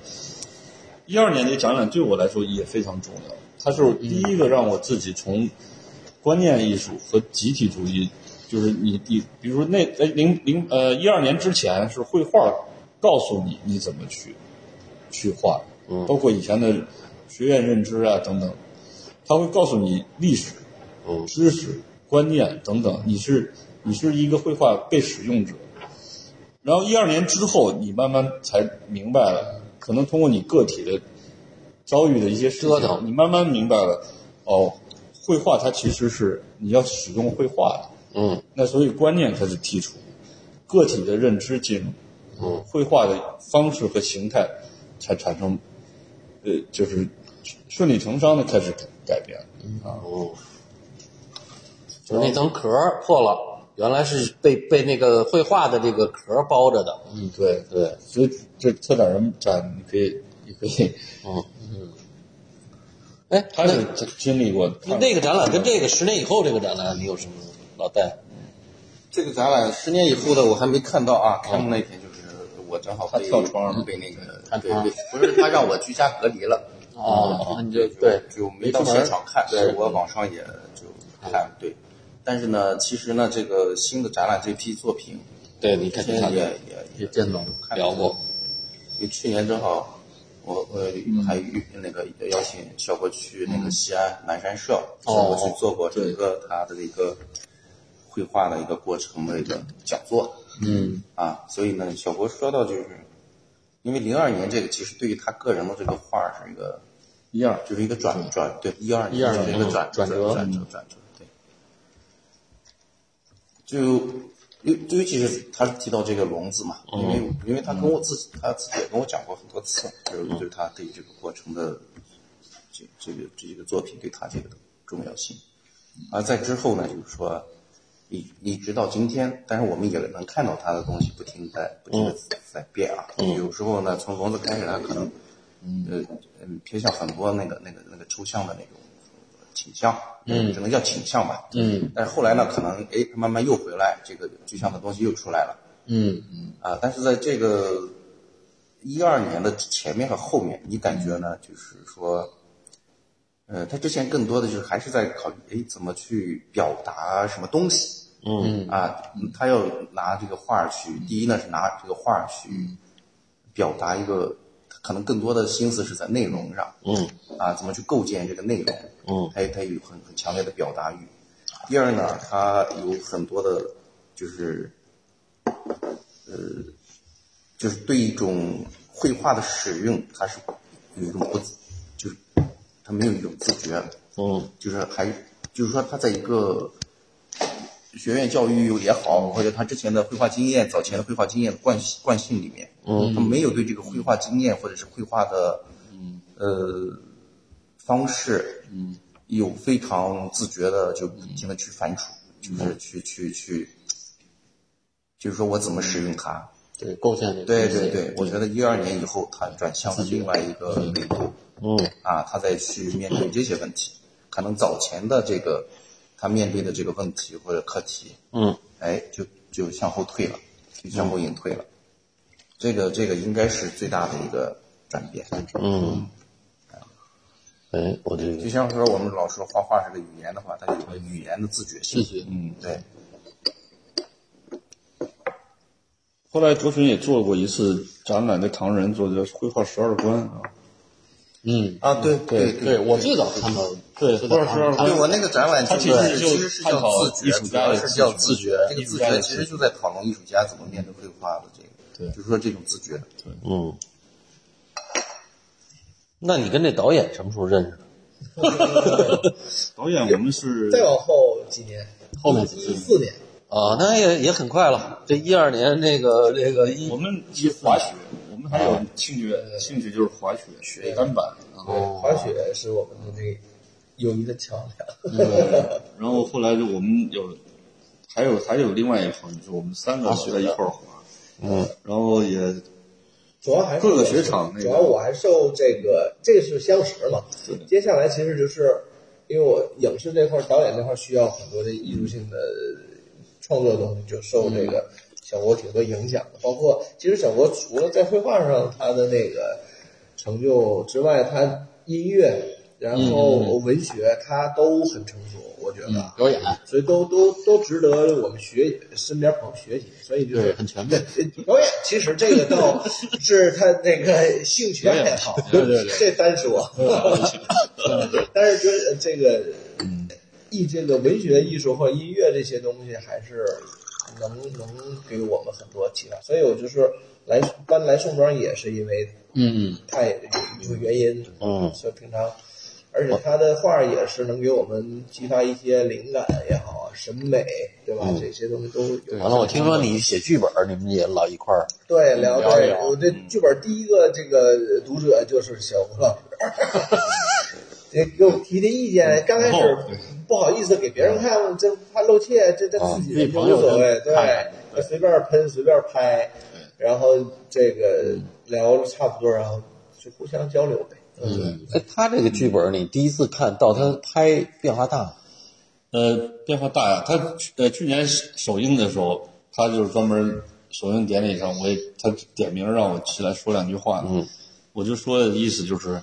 一二年的展览对我来说也非常重要，它是第一个让我自己从观念艺术和集体主义，就是你你，比如说那呃零零呃一二年之前是绘画告诉你你怎么去去画，
嗯
包括以前的学院认知啊等等，它会告诉你历史、呃
嗯
知识、观念等等，你是你是一个绘画被使用者。然后一二年之后，你慢慢才明白了，可能通过你个体的遭遇的一些事情
折腾
你慢慢明白了，哦，绘画它其实是你要使用绘画的，
嗯，
那所以观念开始剔除，个体的认知进入，
嗯，
绘画的方式和形态才产生，呃，就是顺理成章的开始改变，啊，
哦，就是那层壳儿破了，原来是被被那个绘画的这个壳儿包着的。
嗯，对，
对，
所以这策展人展你可以，你可 以，
嗯嗯。哎，
他是经历过
那那个展览跟这个十年以后这个展览，你有什么老戴？
这个展览十年以后的我还没看到啊，开幕那天就是我正好被
哦他跳窗了啊
被那个对对，不是他让我居家隔离了，
啊
哦，那你就
就
对，
就没到现场看，
对
所以我网上也就看对。但是呢，其实呢，这个新的展览这批作品，
对，你
之
看
前也也
也见到
看
聊过，
因为去年正好我我还遇那个邀请小郭去那个西安南山社，小郭去做过整个他的一个绘画的一个过程的一个讲座。
嗯
啊，所以呢，小郭说到就是，因为零二年这个其实对于他个人的这个画儿是一个，
一样，
就是一个转转对一二
12
是一
年
个转
转折
折转折转折对，就尤尤其是他提到这个笼子嘛，因为因为他跟我自己他自己也跟我讲过很多次，就是就是他对这个过程的这这个这个作品对他这个的重要性，而在之后呢，就是说。一一直到今天，但是我们也能看到他的东西不停地在不停的在变啊。有时候呢，从笼子开始，他可能呃嗯，偏向很多那个那个那个抽象的那种倾向，
嗯
只能叫倾向吧。
嗯
但是后来呢，可能哎，慢慢又回来，这个具象的东西又出来了。
嗯
啊，但是在这个一二年的前面和后面，你感觉呢？就是说，呃，他之前更多的就是还是在考虑，哎，怎么去表达什么东西？嗯啊，他要拿这个画儿去，第一呢是拿这个画儿去表达一个，可能更多的心思是在内容上，
嗯
啊，怎么去构建这个内容？
嗯啊
他他有很很强烈的表达欲。第二呢，他有很多的，就是，呃，就是对一种绘画的使用，他是有一种不自，就是他没有一种自觉，
嗯
就是还就是说他在一个学院教育也好，或者他之前的绘画经验、早前的绘画经验的惯性惯性里面，嗯，他没有对这个绘画经验或者是绘画的，嗯，呃，方式，嗯，有非常自觉的就不停的去反刍，就是去去去，就是说我怎么使用它，
对，构建这个
对
东西
对对，我觉得一二年以后，他转向了另外一个维度，
嗯
啊，他再去面对这些问题，可能早前的这个他面对的这个问题或者课题，
嗯
哎，就就向后退了，就向后隐退了，这个这个应该是最大的一个转变。
嗯，哎，我这
就
个
像说我们老说画画是个语言的话，它有个语言的自觉性。
自觉
嗯，对，
后来卓群也做过一次展览，那唐人做的《绘画十二关》啊，
嗯，
啊，对
对
对，
我最早看到对，最
或者是
对我那个展览，
它
其
其实
是
就
其实是
探
叫
讨
自觉，
艺术家的
主要是叫
自
觉
觉。
这
艺
个
术
自
家
觉
的
其实就在讨论艺术家怎么面对绘画的这个，对，就是说这种自觉。
嗯，那你跟这导演什么时候认识的？
导演，我们是
再往后几年，
后面
一四年，
啊，那也也很快了，这一二年这个这个一
我们是滑雪，我们还有兴趣，兴趣就是滑雪，雪单板啊。
对，滑雪是我们的那友谊的桥梁。
然后后来就我们有，还有还有另外一个朋友，就我们三个在一块儿滑，嗯，然后也
主要还是
各个雪场那个
主要我还受这个，这个是相识嘛。接下来其实就是因为我影视这块儿、导演这块儿需要很多的艺术性的创作的东西，就受这
嗯
个小国挺多影响的。包括其实小国除了在绘画上他的那个成就之外，他音乐，然后
嗯
文学，他都很成熟，我觉得。
表演
所以都都都值得我们学身边朋友学习，所以就是
对很全面。
呃表演其实这个倒是他那个兴趣爱好，
对对对
这单说。 但是觉得这个艺这个文学艺术或者音乐这些东西还是能能给我们很多启发，所以我就是来搬来宋庄也是因为
嗯
他也有一部原因，
嗯
所以平常，而且他的画儿也是能给我们激发一些灵感也好，啊审美对吧？这些东西都有。啊
完了，我听说你写剧本，你们也老一块儿。
对，聊
聊一
对
聊，嗯
我这剧本第一个这个读者就是小吴老师，这 给我提的意
嗯
见，刚开
哦
始不好意思给别人看，这怕露怯，这这自
啊自己
己人
朋友
无所谓，
看看
对，随便喷随便拍，然后这个聊了差不多，然后就互相交流呗。嗯，
哎，他这个剧本你第一次看到他拍变化大吗，
呃，变化大呀。他去呃去年首映的时候，他就是专门首映典礼上，我也他点名让我起来说两句话。嗯，我就说的意思就是，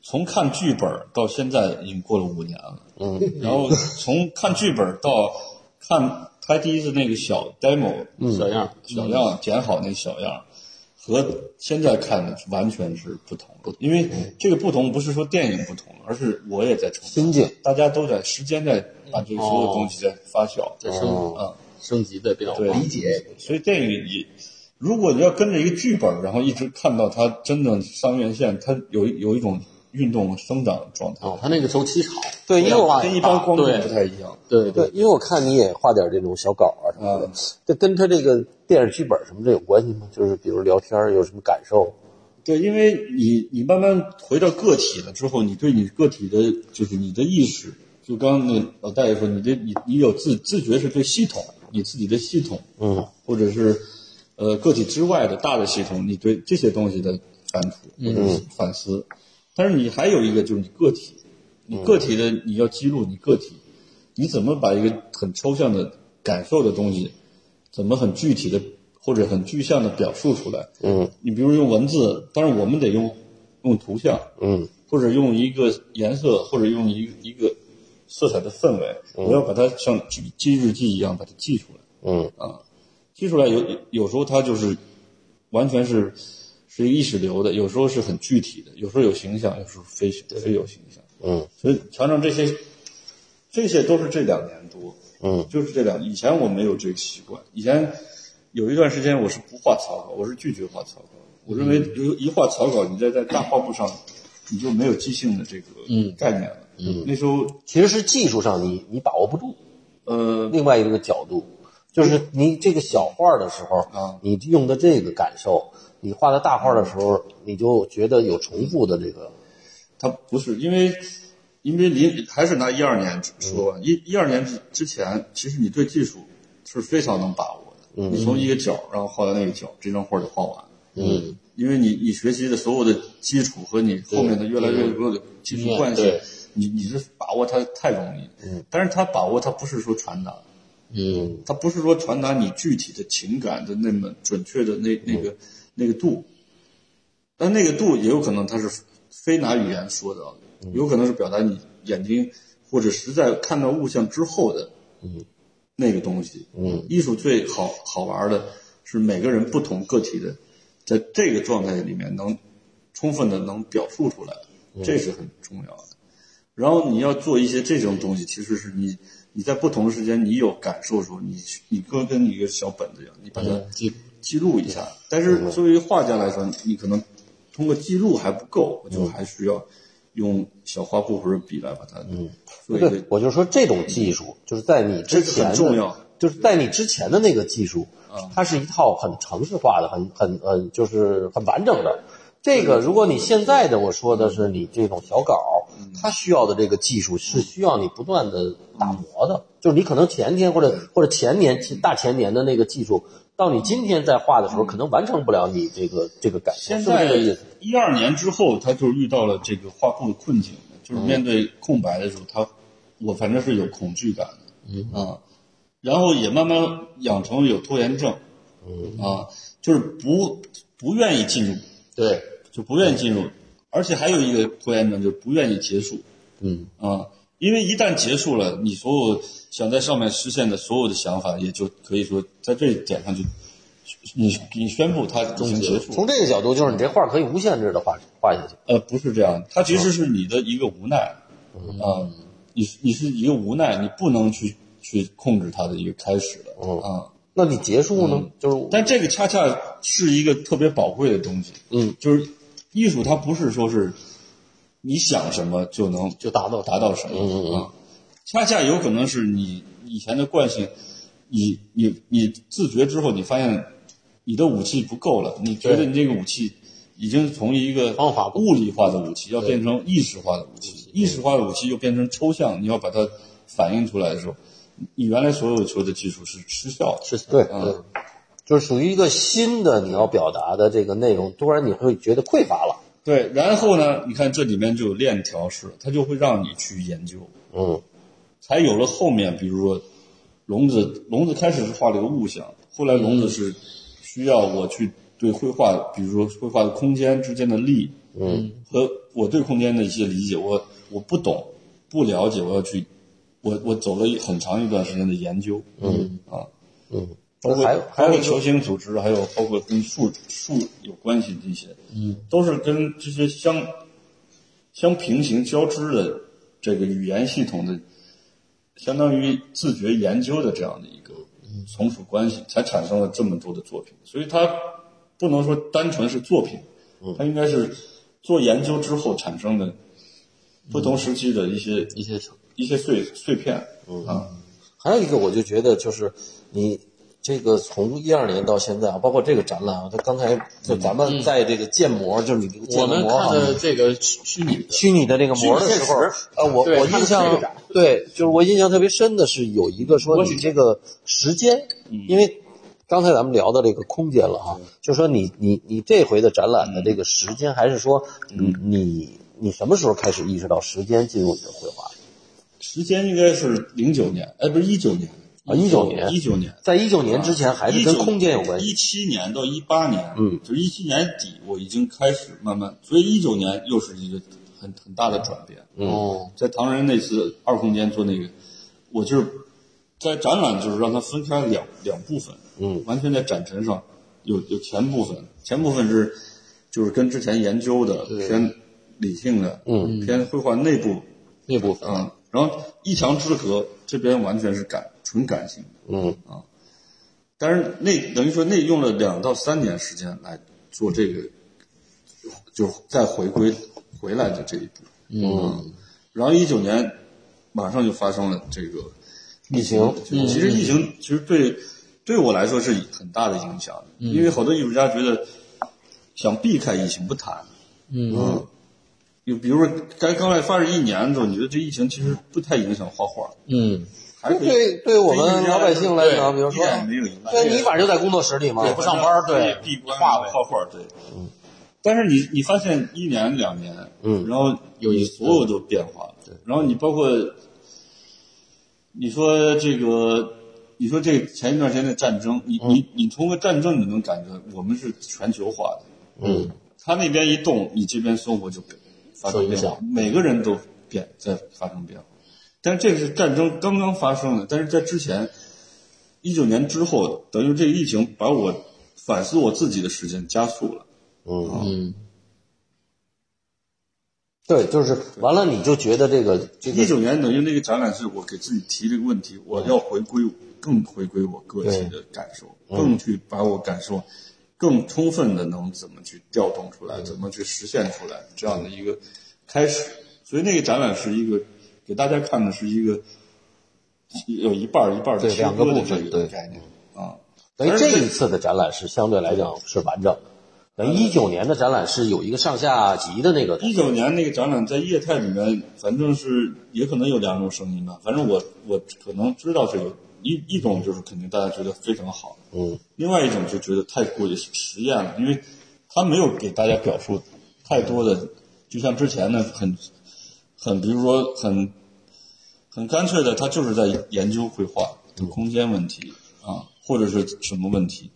从看剧本到现在已经过了五年了。嗯，然后从看剧本到看拍第一次那个小 demo 小样小样剪好那小样，和现在看的完全是不同的。因为这个不同不是说电影不同了，而是我也在成长。
心境。
大家都在时间在把这个所有东西在发酵，
在升
啊，
升级的比较
对
快，
理解
所以电影也，如果你要跟着一个剧本，然后一直看到它真正上院线，它有有一种运动生长的状态，
哦，他那个周期长，
对，因为我
跟一般观众
对
不太一样。
对
对，因为我看你也画点这种小稿啊什么的，这跟他这个电视剧本什么这有关系吗？就是比如聊天儿有什么感受？
对，因为你你慢慢回到个体了之后，你对你个体的，就是你的意识，就刚刚那老大爷说，你的你你有自自觉是对系统，你自己的系统，
嗯，
或者是呃个体之外的大的系统，你对这些东西的反刍或者是反思。但是你还有一个就是你个体，你个体的你要记录你个体，你怎么把一个很抽象的感受的东西，怎么很具体的或者很具象的表述出来？
嗯
你比如用文字，但是我们得用用图像，
嗯
或者用一个颜色，或者用一个一个色彩的氛围，我要把它像记记日记一样把它记出来。啊
嗯
记出来有有时候它就是完全是是一个意识流的，有时候是很具体的，有时候有形象，有时候非形非有形象。
嗯
所以常常这些这些都是这两年多，
嗯
就是这两以前我没有这个习惯，以前有一段时间我是不画草稿，我是拒绝画草稿，我认为一一画草稿，你在在大画布上你就没有即兴的这个概念了。嗯，那时候
其实是技术上你你把握不住，
呃
另外一个角度就是你这个小画的时候
啊，
你用的这个感受，你画的大画的时候，你就觉得有重复的这个，
他不是因为，因为临还是拿一二年说，一一二年之之前，其实你对技术是非常能把握的。嗯，你从一个角，然后画到那个角，这张画就画完了。
嗯，
因为你你学习的所有的基础和你后面的越来越多的技术关系
对，
你你是把握它太容易。嗯，但是它把握它不是说传达，
嗯
它不是说传达你具体的情感的那么准确的那那个、那个度，但那个度也有可能它是非拿语言说的啊，有可能是表达你眼睛或者实在看到物象之后的那个东西。
嗯，
艺术最好好玩的是每个人不同个体的，在这个状态里面能充分的能表述出来，这是很重要的。然后你要做一些这种东西，其实是你你在不同的时间你有感受的时候，你你跟跟你一个小本子一样，你把它
记
记录一下。但是作为画家来说，你可能通过记录还不够，我就还需要用小画布或者笔来把它做一
对
个，
我就说这种技术就是在你之前的
这个很重要，嗯
就是在你之前的那个技术，它是一套很程式化的、很很呃，就是很完整的。这个如果你现在的我说的是你这种小稿，
嗯
它需要的这个技术是需要你不断的打
嗯
磨的，就是你可能前天或者或者前年大前年的那个技术。到你今天在画的时候，可能完成不了你这个这个感受，
嗯现
是不是这个意
在
思？
一二年之后，他就遇到了这个画布的困境，
嗯
就是面对空白的时候，他我反正是有恐惧感的，嗯啊，然后也慢慢养成了有拖延症，嗯啊，就是不不愿意进入，
对，
就不愿意进入，而且还有一个拖延症，就是不愿意结束，
嗯
啊，因为一旦结束了，你所有想在上面实现的所有的想法，也就可以说在这一点上就。你你宣布它已经结束了，
从这个角度，就是你这画可以无限制的画画下去。
呃，不是这样，它其实是你的一个无奈，啊、你是你是一个无奈，你不能去去控制它的一个开始的，
嗯
啊、
那你结束呢？
嗯
就是
但这个恰恰是一个特别宝贵的东西，
嗯，
就是艺术它不是说是你想什么就能就达到达到什么，
嗯嗯嗯
啊恰恰有可能是你以前的惯性，你你你自觉之后，你发现你的武器不够了，你觉得你这个武器已经从一个
方法不
物理化的武器，要变成意识化的武器，意识化的武器又变成抽象，你要把它反映出来的时候，你原来所有求的技术是失效的，
是对，
嗯
对，就是属于一个新的你要表达的这个内容，突然你会觉得匮乏了。
对。然后呢，你看这里面就有链条式，它就会让你去研究，
嗯
才有了后面，比如说笼子，笼子开始是画了个物象，后来笼子是需要我去对绘画，比如说绘画的空间之间的力，
嗯，
和我对空间的一些理解，我我不懂，不了解，我要去，我我走了一很长一段时间的研究，嗯啊，
嗯，
包括
还还有
包括
一个
球形组织，还有包括跟树树有关系的一些，嗯，都是跟这些相相平行交织的这个语言系统的，相当于自觉研究的这样的一个
嗯
从属关系，才产生了这么多的作品。所以它不能说单纯是作品，
嗯
它应该是做研究之后产生的不
嗯
同时期的一些、
一些
一些碎碎片，嗯啊。
还有一个，我就觉得就是你这个从一二年到现在啊，包括这个展览啊，它刚才就咱们在这个建模，就是你这个建
嗯我
的
们
模
看
啊。
的这个虚虚拟的，
虚拟的那个膜的时候，呃，我
对
我印
看的是这
象
个展
对，就是我印象特别深的是有一个说你这个时间，因为刚才咱们聊到这个空间了啊，就说你你你这回的展览的这个时间，还是说你你你什么时候开始意识到时间进入你的绘画？
时间应该是零九年，哎，不是一九年
啊19年
一九年
在一九年之前，还是跟空间有关系？
一七年到一八年，
嗯，
就是一七年底，我已经开始慢慢，所以一九年又是一个很很大的转变。
嗯
哦，
在唐人那次二空间做那个，我就是在展览，就是让它分开两两部分，
嗯，
完全在展陈上有有前部分，前部分是就是跟之前研究的偏理性的，
嗯，
偏绘画内部，
那部分，
嗯，然后一墙之隔这边完全是感纯感性的，啊
嗯
但是那等于说那用了两到三年时间来做这个，就是再回归回来的这一步。嗯，然后一九年马上就发生了这个
疫情，
其实疫情其实对对我来说是很大的影响的，因为好多艺术家觉得想避开疫情不谈。
嗯，
就比如说刚刚来发展一年的时候，你觉得这疫情其实不太影响画画，
嗯，
还是可以
对对我们老百姓来讲，
对
比如说
一，点没有影响。
对你晚上就在工作室里嘛，
对，
不
上班，对，闭关画嗯
呗
画画，对。但是你你发现一年两年，
嗯
然后有所有都变化了，对。然后你包括你说这个，你说这前一段时间的战争，你、你你通过战争你能感觉我们是全球化的，
嗯，
他那边一动，你这边生活就变发生变
受
化，每个人都变在发生变化。但是这个是战争刚刚发生的，但是在之前，一九年之后，等于这个疫情把我反思我自己的时间加速了。
嗯，
嗯，
对，就是完了你就觉得这个这
一
个
九年等于那个展览是我给自己提这个问题，我要回归更回归我个体的感受，更去把我感受更充分的能怎么去调动出
嗯
来，怎么去实现出来这样的一个开始。所以那个展览是一个给大家看的是一个有一半儿一半儿的
对
切
两个
割的
部
这
分
个
对
概念啊。
等于这一次的展览是相对来讲是完整的，等于一九年的展览是有一个上下集的那个，
一九年那个展览在业态里面，反正是也可能有两种声音吧。反正我我可能知道这个一一种就是肯定大家觉得非常好，
嗯，
另外一种就觉得太过于实验了，因为他没有给大家表述太多的，就像之前的很很，比如说很很干脆的，他就是在研究绘画的空间问题啊，或者是什么问题。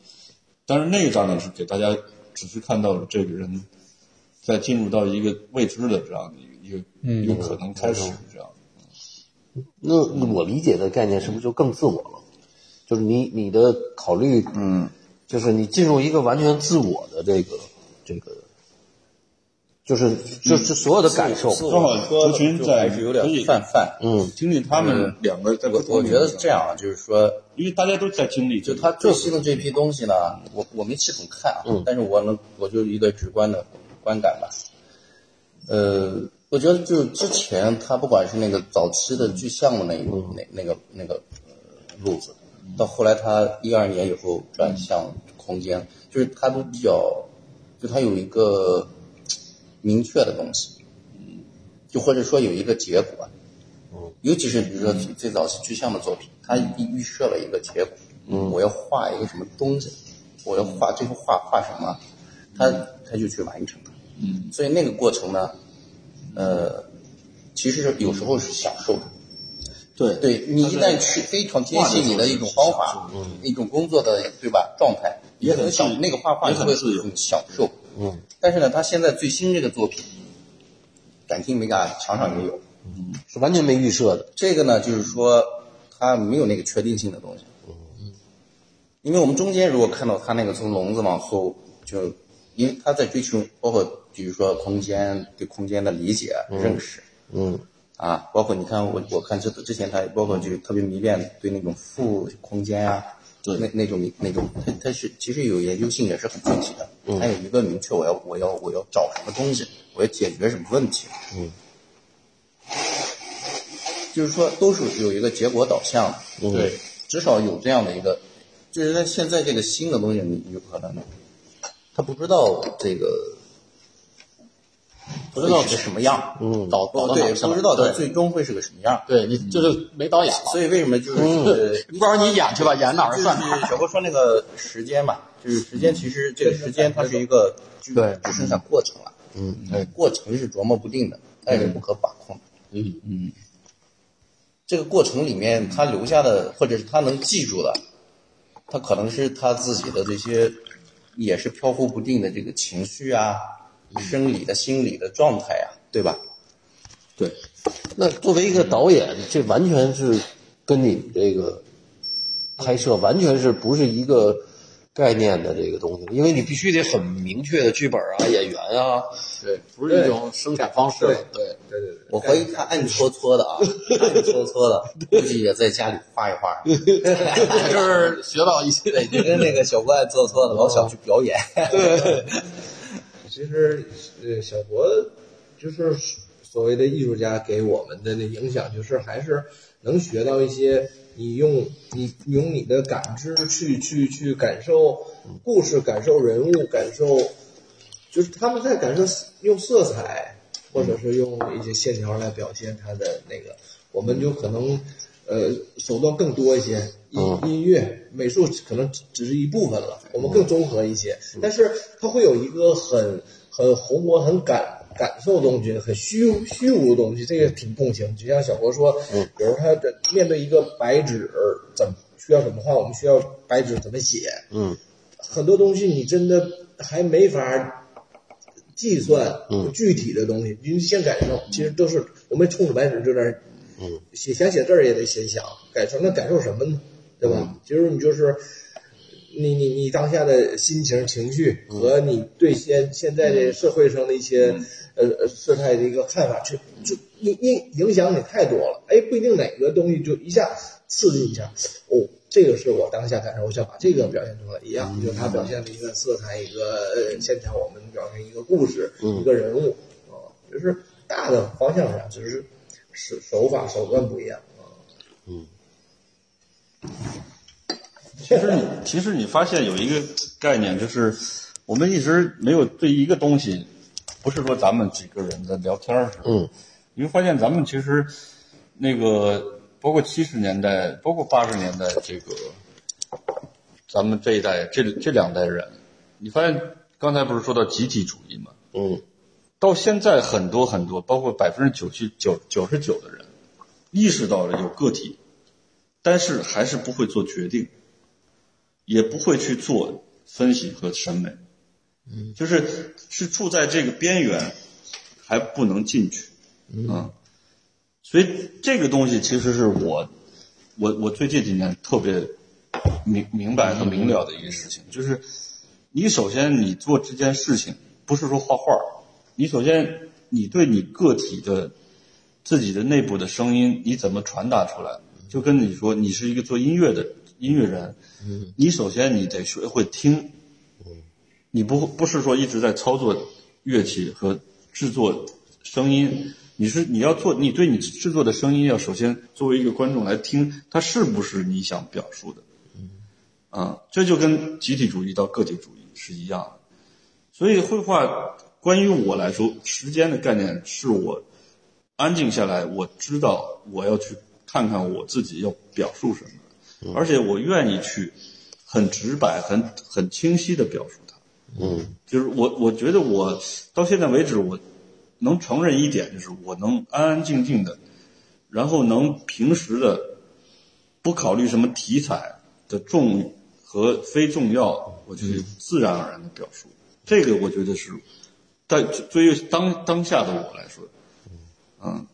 但是那个展览是给大家只是看到了这个人在进入到一个未知的这样的一个一个一个可能开始这样。
那我理解的概念是不是就更自我了？就是你你的考虑，
嗯，
就是你进入一个完全自我的这个这个，就是就是所有的感受，
自
正好
我嗯说
族群
就
在
还是有点
可以
泛泛。
嗯
经历他们两个在不
我
同
我
的
觉得
影
是
响
这，样啊，就是说，
因为大家都在经历这
就
个，
他最新的这批东西呢，我我没系统看啊，
嗯
但是我能，我就一个直观的观感吧。呃，我觉得就是之前他不管是那个早期的巨项目那一、那那个那个呃路子，到后来他一二年以后转向空间，就是他都比较，就他有一个明确的东西，就或者说有一个结果，尤其是比如说最早期具象的作品，它预预设了一个结果，
嗯
我要画一个什么东西，我要画最后画画什么，他他就去完成它。
嗯，
所以那个过程呢，呃，其实是有时候是享受的。
对
对你一
他在
旦去非常坚信你的一种方法，一种工作的对吧状态，
嗯也
也
很
很
自
享那个画画
也
你
很
会
自由
很享受。
嗯，
但是呢，他现在最新这个作品，感情美感场上也有，
是完全没预设的，
这个呢，就是说它没有那个确定性的东西。因为我们中间如果看到他那个从笼子往后，就因为他在追求，包括比如说空间对空间的理解、认识
嗯
啊，包括你看我我看之之前他包括就是特别迷恋对那种负空间啊，
对
那那种那种，他他是其实有研究性也是很具体的，他有一个明确我要我要我要找什么东西，我要解决什么问题，就是说都是有一个结果导向的，对，至少有这样的一个，就是在现在这个新的东西，你有可能他不知道这个哦不知道是什么样，
嗯
导导到哪
对
儿去了，
不知道它
对最终会是个什么样。
对嗯你就是没导演了，
所以为什么就是呃
不知道嗯你演去吧，演哪儿
就是
算哪儿。
小波说那个时间嘛，就是时间，其实这个时间它是一个具
对
不生产过程了，嗯，哎，过程是琢磨不定的，但是不可把控的。
嗯
这个过程里面，他留下的或者是他能记住的，他可能是他自己的这些也是飘忽不定的这个情绪啊、生理的、心理的状态啊，对吧？
那作为一个导演，这完全是跟你这个拍摄完全是不是一个概念的这个东西，因为你必须得很明确的剧本啊、演员啊，
对，不是一种生产方式了，对，
对对对，
我怀疑他暗搓搓的啊，暗搓搓的，估计也在家里画一画，
就是学到一些
对，就跟那个小郭暗搓搓的，老想去表演。
其实呃，小博就是所谓的艺术家给我们的那影响，就是还是能学到一些你用你你用你的感知去去去感受故事、感受人物、感受，就是他们在感受用色彩或者是用一些线条来表现他的那个，我们就可能。呃，手段更多一些，音音乐、美术可能只只是一部分了，我们更综合一些。但是它会有一个很很宏观、很感感受的东西，很虚虚无的东西，这个挺共情。就像小博说，比如他的面对一个白纸，怎么需要怎么画，我们需要白纸怎么写，
嗯，
很多东西你真的还没法计算，具体的东西，你先感受，其实都是我们冲着白纸就在那儿写想写字儿也得先想感受，那感受什么呢？对吧？其实你就是你你你当下的心情、情绪和你对现现在这社会上的一些、呃呃事态的一个看法，去就影影影响你太多了。哎，不一定哪个东西就一下刺激一下，哦，这个是我当下感受，我想把这个表现出来一样，就是他表现了一个色彩，一个呃线条，我们表现一个故事，一个人物啊，就是大的方向上，只是手手法手段不一样啊。
其实你其实你发现有一个概念，就是我们一直没有对一个东西，不是说咱们几个人在聊天儿时，嗯，你会发现咱们其实那个包括七十年代，包括八十年代这个，咱们这一代这这两代人，你发现刚才不是说到集体主义吗？
嗯，
到现在很多很多，包括百分之九十九九十九的人，意识到了有个体，但是还是不会做决定，也不会去做分析和审美，嗯，就是是处在这个边缘，还不能进去，啊，所以这个东西其实是我我我最近几年特别明明白和明了的一个事情，就是你首先你做这件事情，不是说画画儿，你首先你对你个体的自己的内部的声音，你怎么传达出来？就跟你说，你是一个做音乐的音乐人，你首先你得学会听，你不不是说一直在操作乐器和制作声音，你是你要做，你对你制作的声音要首先作为一个观众来听，它是不是你想表述的？啊，这就跟集体主义到个体主义是一样的。所以绘画关于我来说，时间的概念是我安静下来，我知道我要去看看我自己要表述什么，而且我愿意去很直白、很很清晰的表述它。嗯，就是我我觉得我到现在为止，我能承认一点，就是我能安安静静的，然后能平时的不考虑什么题材的重和非重要，我去
嗯
自然而然的表述。这个我觉得是，在对于当当下的我来说，嗯，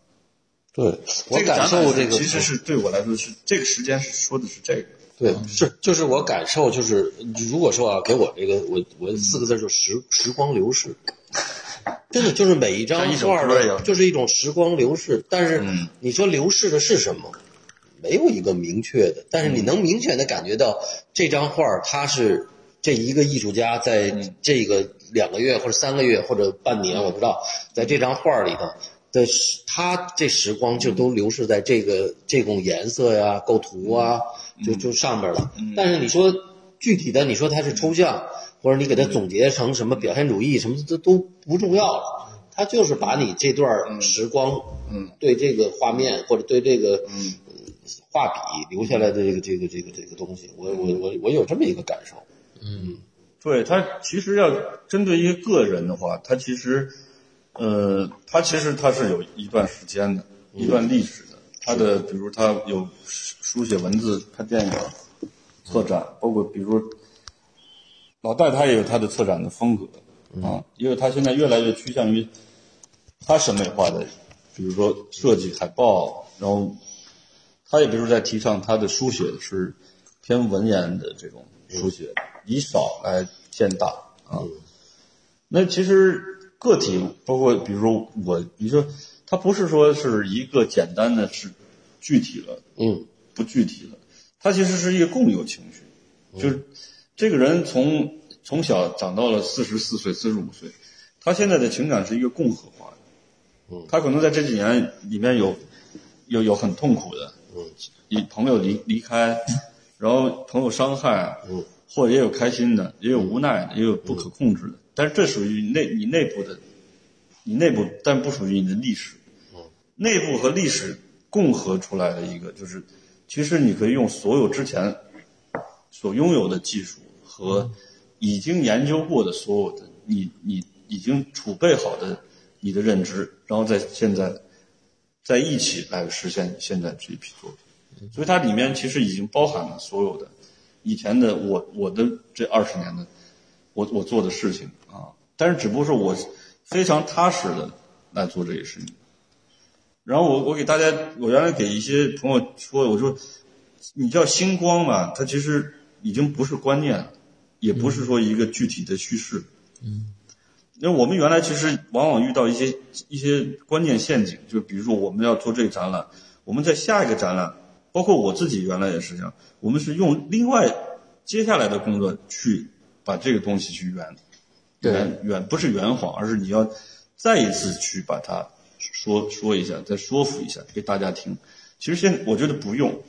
对，我
这个
感
展览
受
是
这个
其实是对我来说是这个时间是说的是这个，
对，是就是我感受就是，如果说啊，给我这个我我四个字就是时时光流逝，真的就是每一张
像一首
画
歌一
的，
样嗯
就是一种时光流逝。但是你说流逝的是什么？没有一个明确的，但是你能明显的感觉到这张画儿它是这一个艺术家在这个两个月或者三个月或者半年，我不知道，在这张画儿里头的时他这时光就都流逝在这个这种颜色呀、构图啊，就就上边了。但是你说具体的，你说它是抽象，或者你给它总结成什么表现主义什么的，都都不重要了。它他就是把你这段时光，
嗯，
对这个画面或者对这个，嗯，画笔留下来的这个这个这个这个东西，我我我我有这么一个感受，
对他其实要针对一个个人的话，他其实，呃，他其实他是有一段时间的，一段历史的。他的比如他有书写文字、拍电影、策展，包括比如老戴他也有他的策展的风格啊，因为他现在越来越趋向于他审美化的，比如说设计海报，然后他也比如在提倡他的书写是偏文言的这种书写，以少来见大啊。那其实个体包括比如说我，你说它不是说是一个简单的是具体了，
嗯，
不具体了，它其实是一个共有情绪，就是这个人从从小长到了四十四岁、四十五岁，他现在的情感是一个共和化的，嗯，他可能在这几年里面有有有很痛苦的，嗯，以朋友离离开，然后朋友伤害，嗯，或者也有开心的，也有无奈的，也有不可控制的，但是这属于内你内部的，你内部但不属于你的历史，内部和历史共合出来的一个，就是其实你可以用所有之前所拥有的技术和已经研究过的所有的你你已经储备好的你的认知，然后在现在在一起来实现现在这一批作品，所以它里面其实已经包含了所有的以前的我我的这二十年的我我做的事情啊，但是只不过是我非常踏实的来做这些事情。然后我我给大家，我原来给一些朋友说，我说你叫星光吧，它其实已经不是观念，也不是说一个具体的叙事。嗯，因为我们原来其实往往遇到一些一些观念陷阱，就比如说我们要做这个展览，我们在下一个展览，包括我自己原来也是这样，我们是用另外接下来的工作去把这个东西去圆，圆圆不是圆谎，而是你要再一次去把它说说一下，再说服一下给大家听。其实现我觉得不用，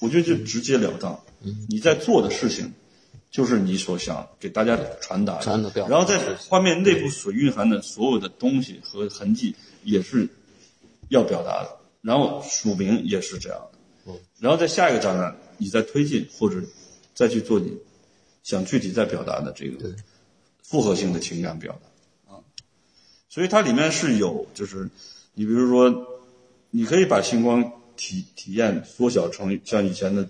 我觉得就直截了当。
嗯
你在做的事情，就是你所想给大家传达的，
传达表达
然后在画面内
嗯
部所蕴含的所有的东西和痕迹，也是要表达的。然后署名也是这样的。
嗯
然后在下一个展览，你再推进或者再去做你想具体再表达的这个复合性的情感表达。啊所以它里面是有，就是你比如说，你可以把星光体体验缩小成像以前的，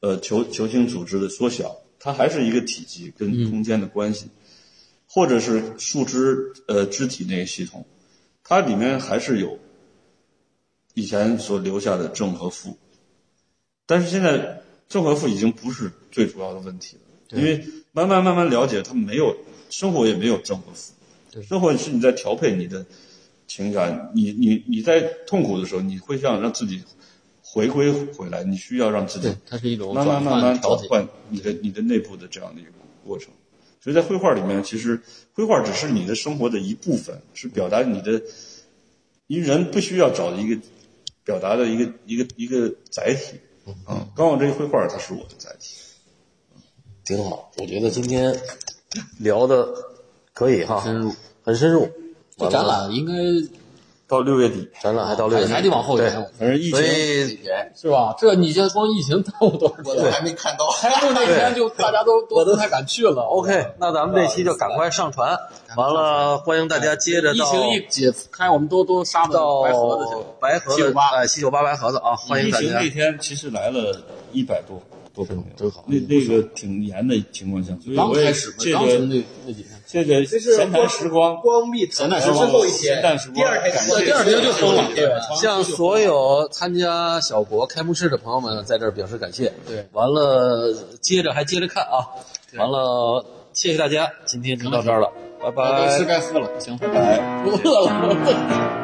呃，球球形组织的缩小，它还是一个体积跟空间的关系，或者是树枝呃肢体那个系统，它里面还是有以前所留下的正和负，但是现在正和负已经不是最主要的问题了，因为慢慢慢慢了解，它没有生活也没有正和负。生活是你在调配你的情感，你你你在痛苦的时候，你会想让自己回归回来，你需要让自己
对，它是一种
慢慢慢慢
调
转
节，
换你的你的内部的这样的一个过程。所以在绘画里面，其实绘画只是你的生活的一部分，是表达你的，因为人必须要找一个表达的一个一个一个载体啊。刚好这个绘画它是我的载体，
挺好。我觉得今天聊的可以哈，
深入。
很深入。
这
完了
啊展览应该
到六月底，
展览还到六
还
月
还得往后
对
延，
反正疫
所
情
以
是吧？啊这你这光疫情耽 误多少
我
天？
都还没看到。
开幕那天就大家都 都
我都
不太敢去了。
OK，那咱们这期就赶快上传，完了欢迎大
哎
家接着
疫
到
情一解开，我们都都杀
到
到白盒子去了。
白盒子
798
哎七九八白盒子啊，欢迎
疫
大
情
家
那。天其实来了一百多多朋友，
真好
那那个挺严的情况下，所以
刚
我
开
也
始嘛
借
刚从
着
那那几天，
借着
就是
闲谈时光，
光闭
闲
城
谈
是
时光
最后一天
闲谈时，光
第二天
对
第二天就封了。对，
向所有参加小国开幕式的朋友们在这儿表示感谢。
对，
完了接着还接着看啊，完了谢谢大家，今天就到这儿了，拜
我
拜
都。吃该喝了，行，
哎。
饿了。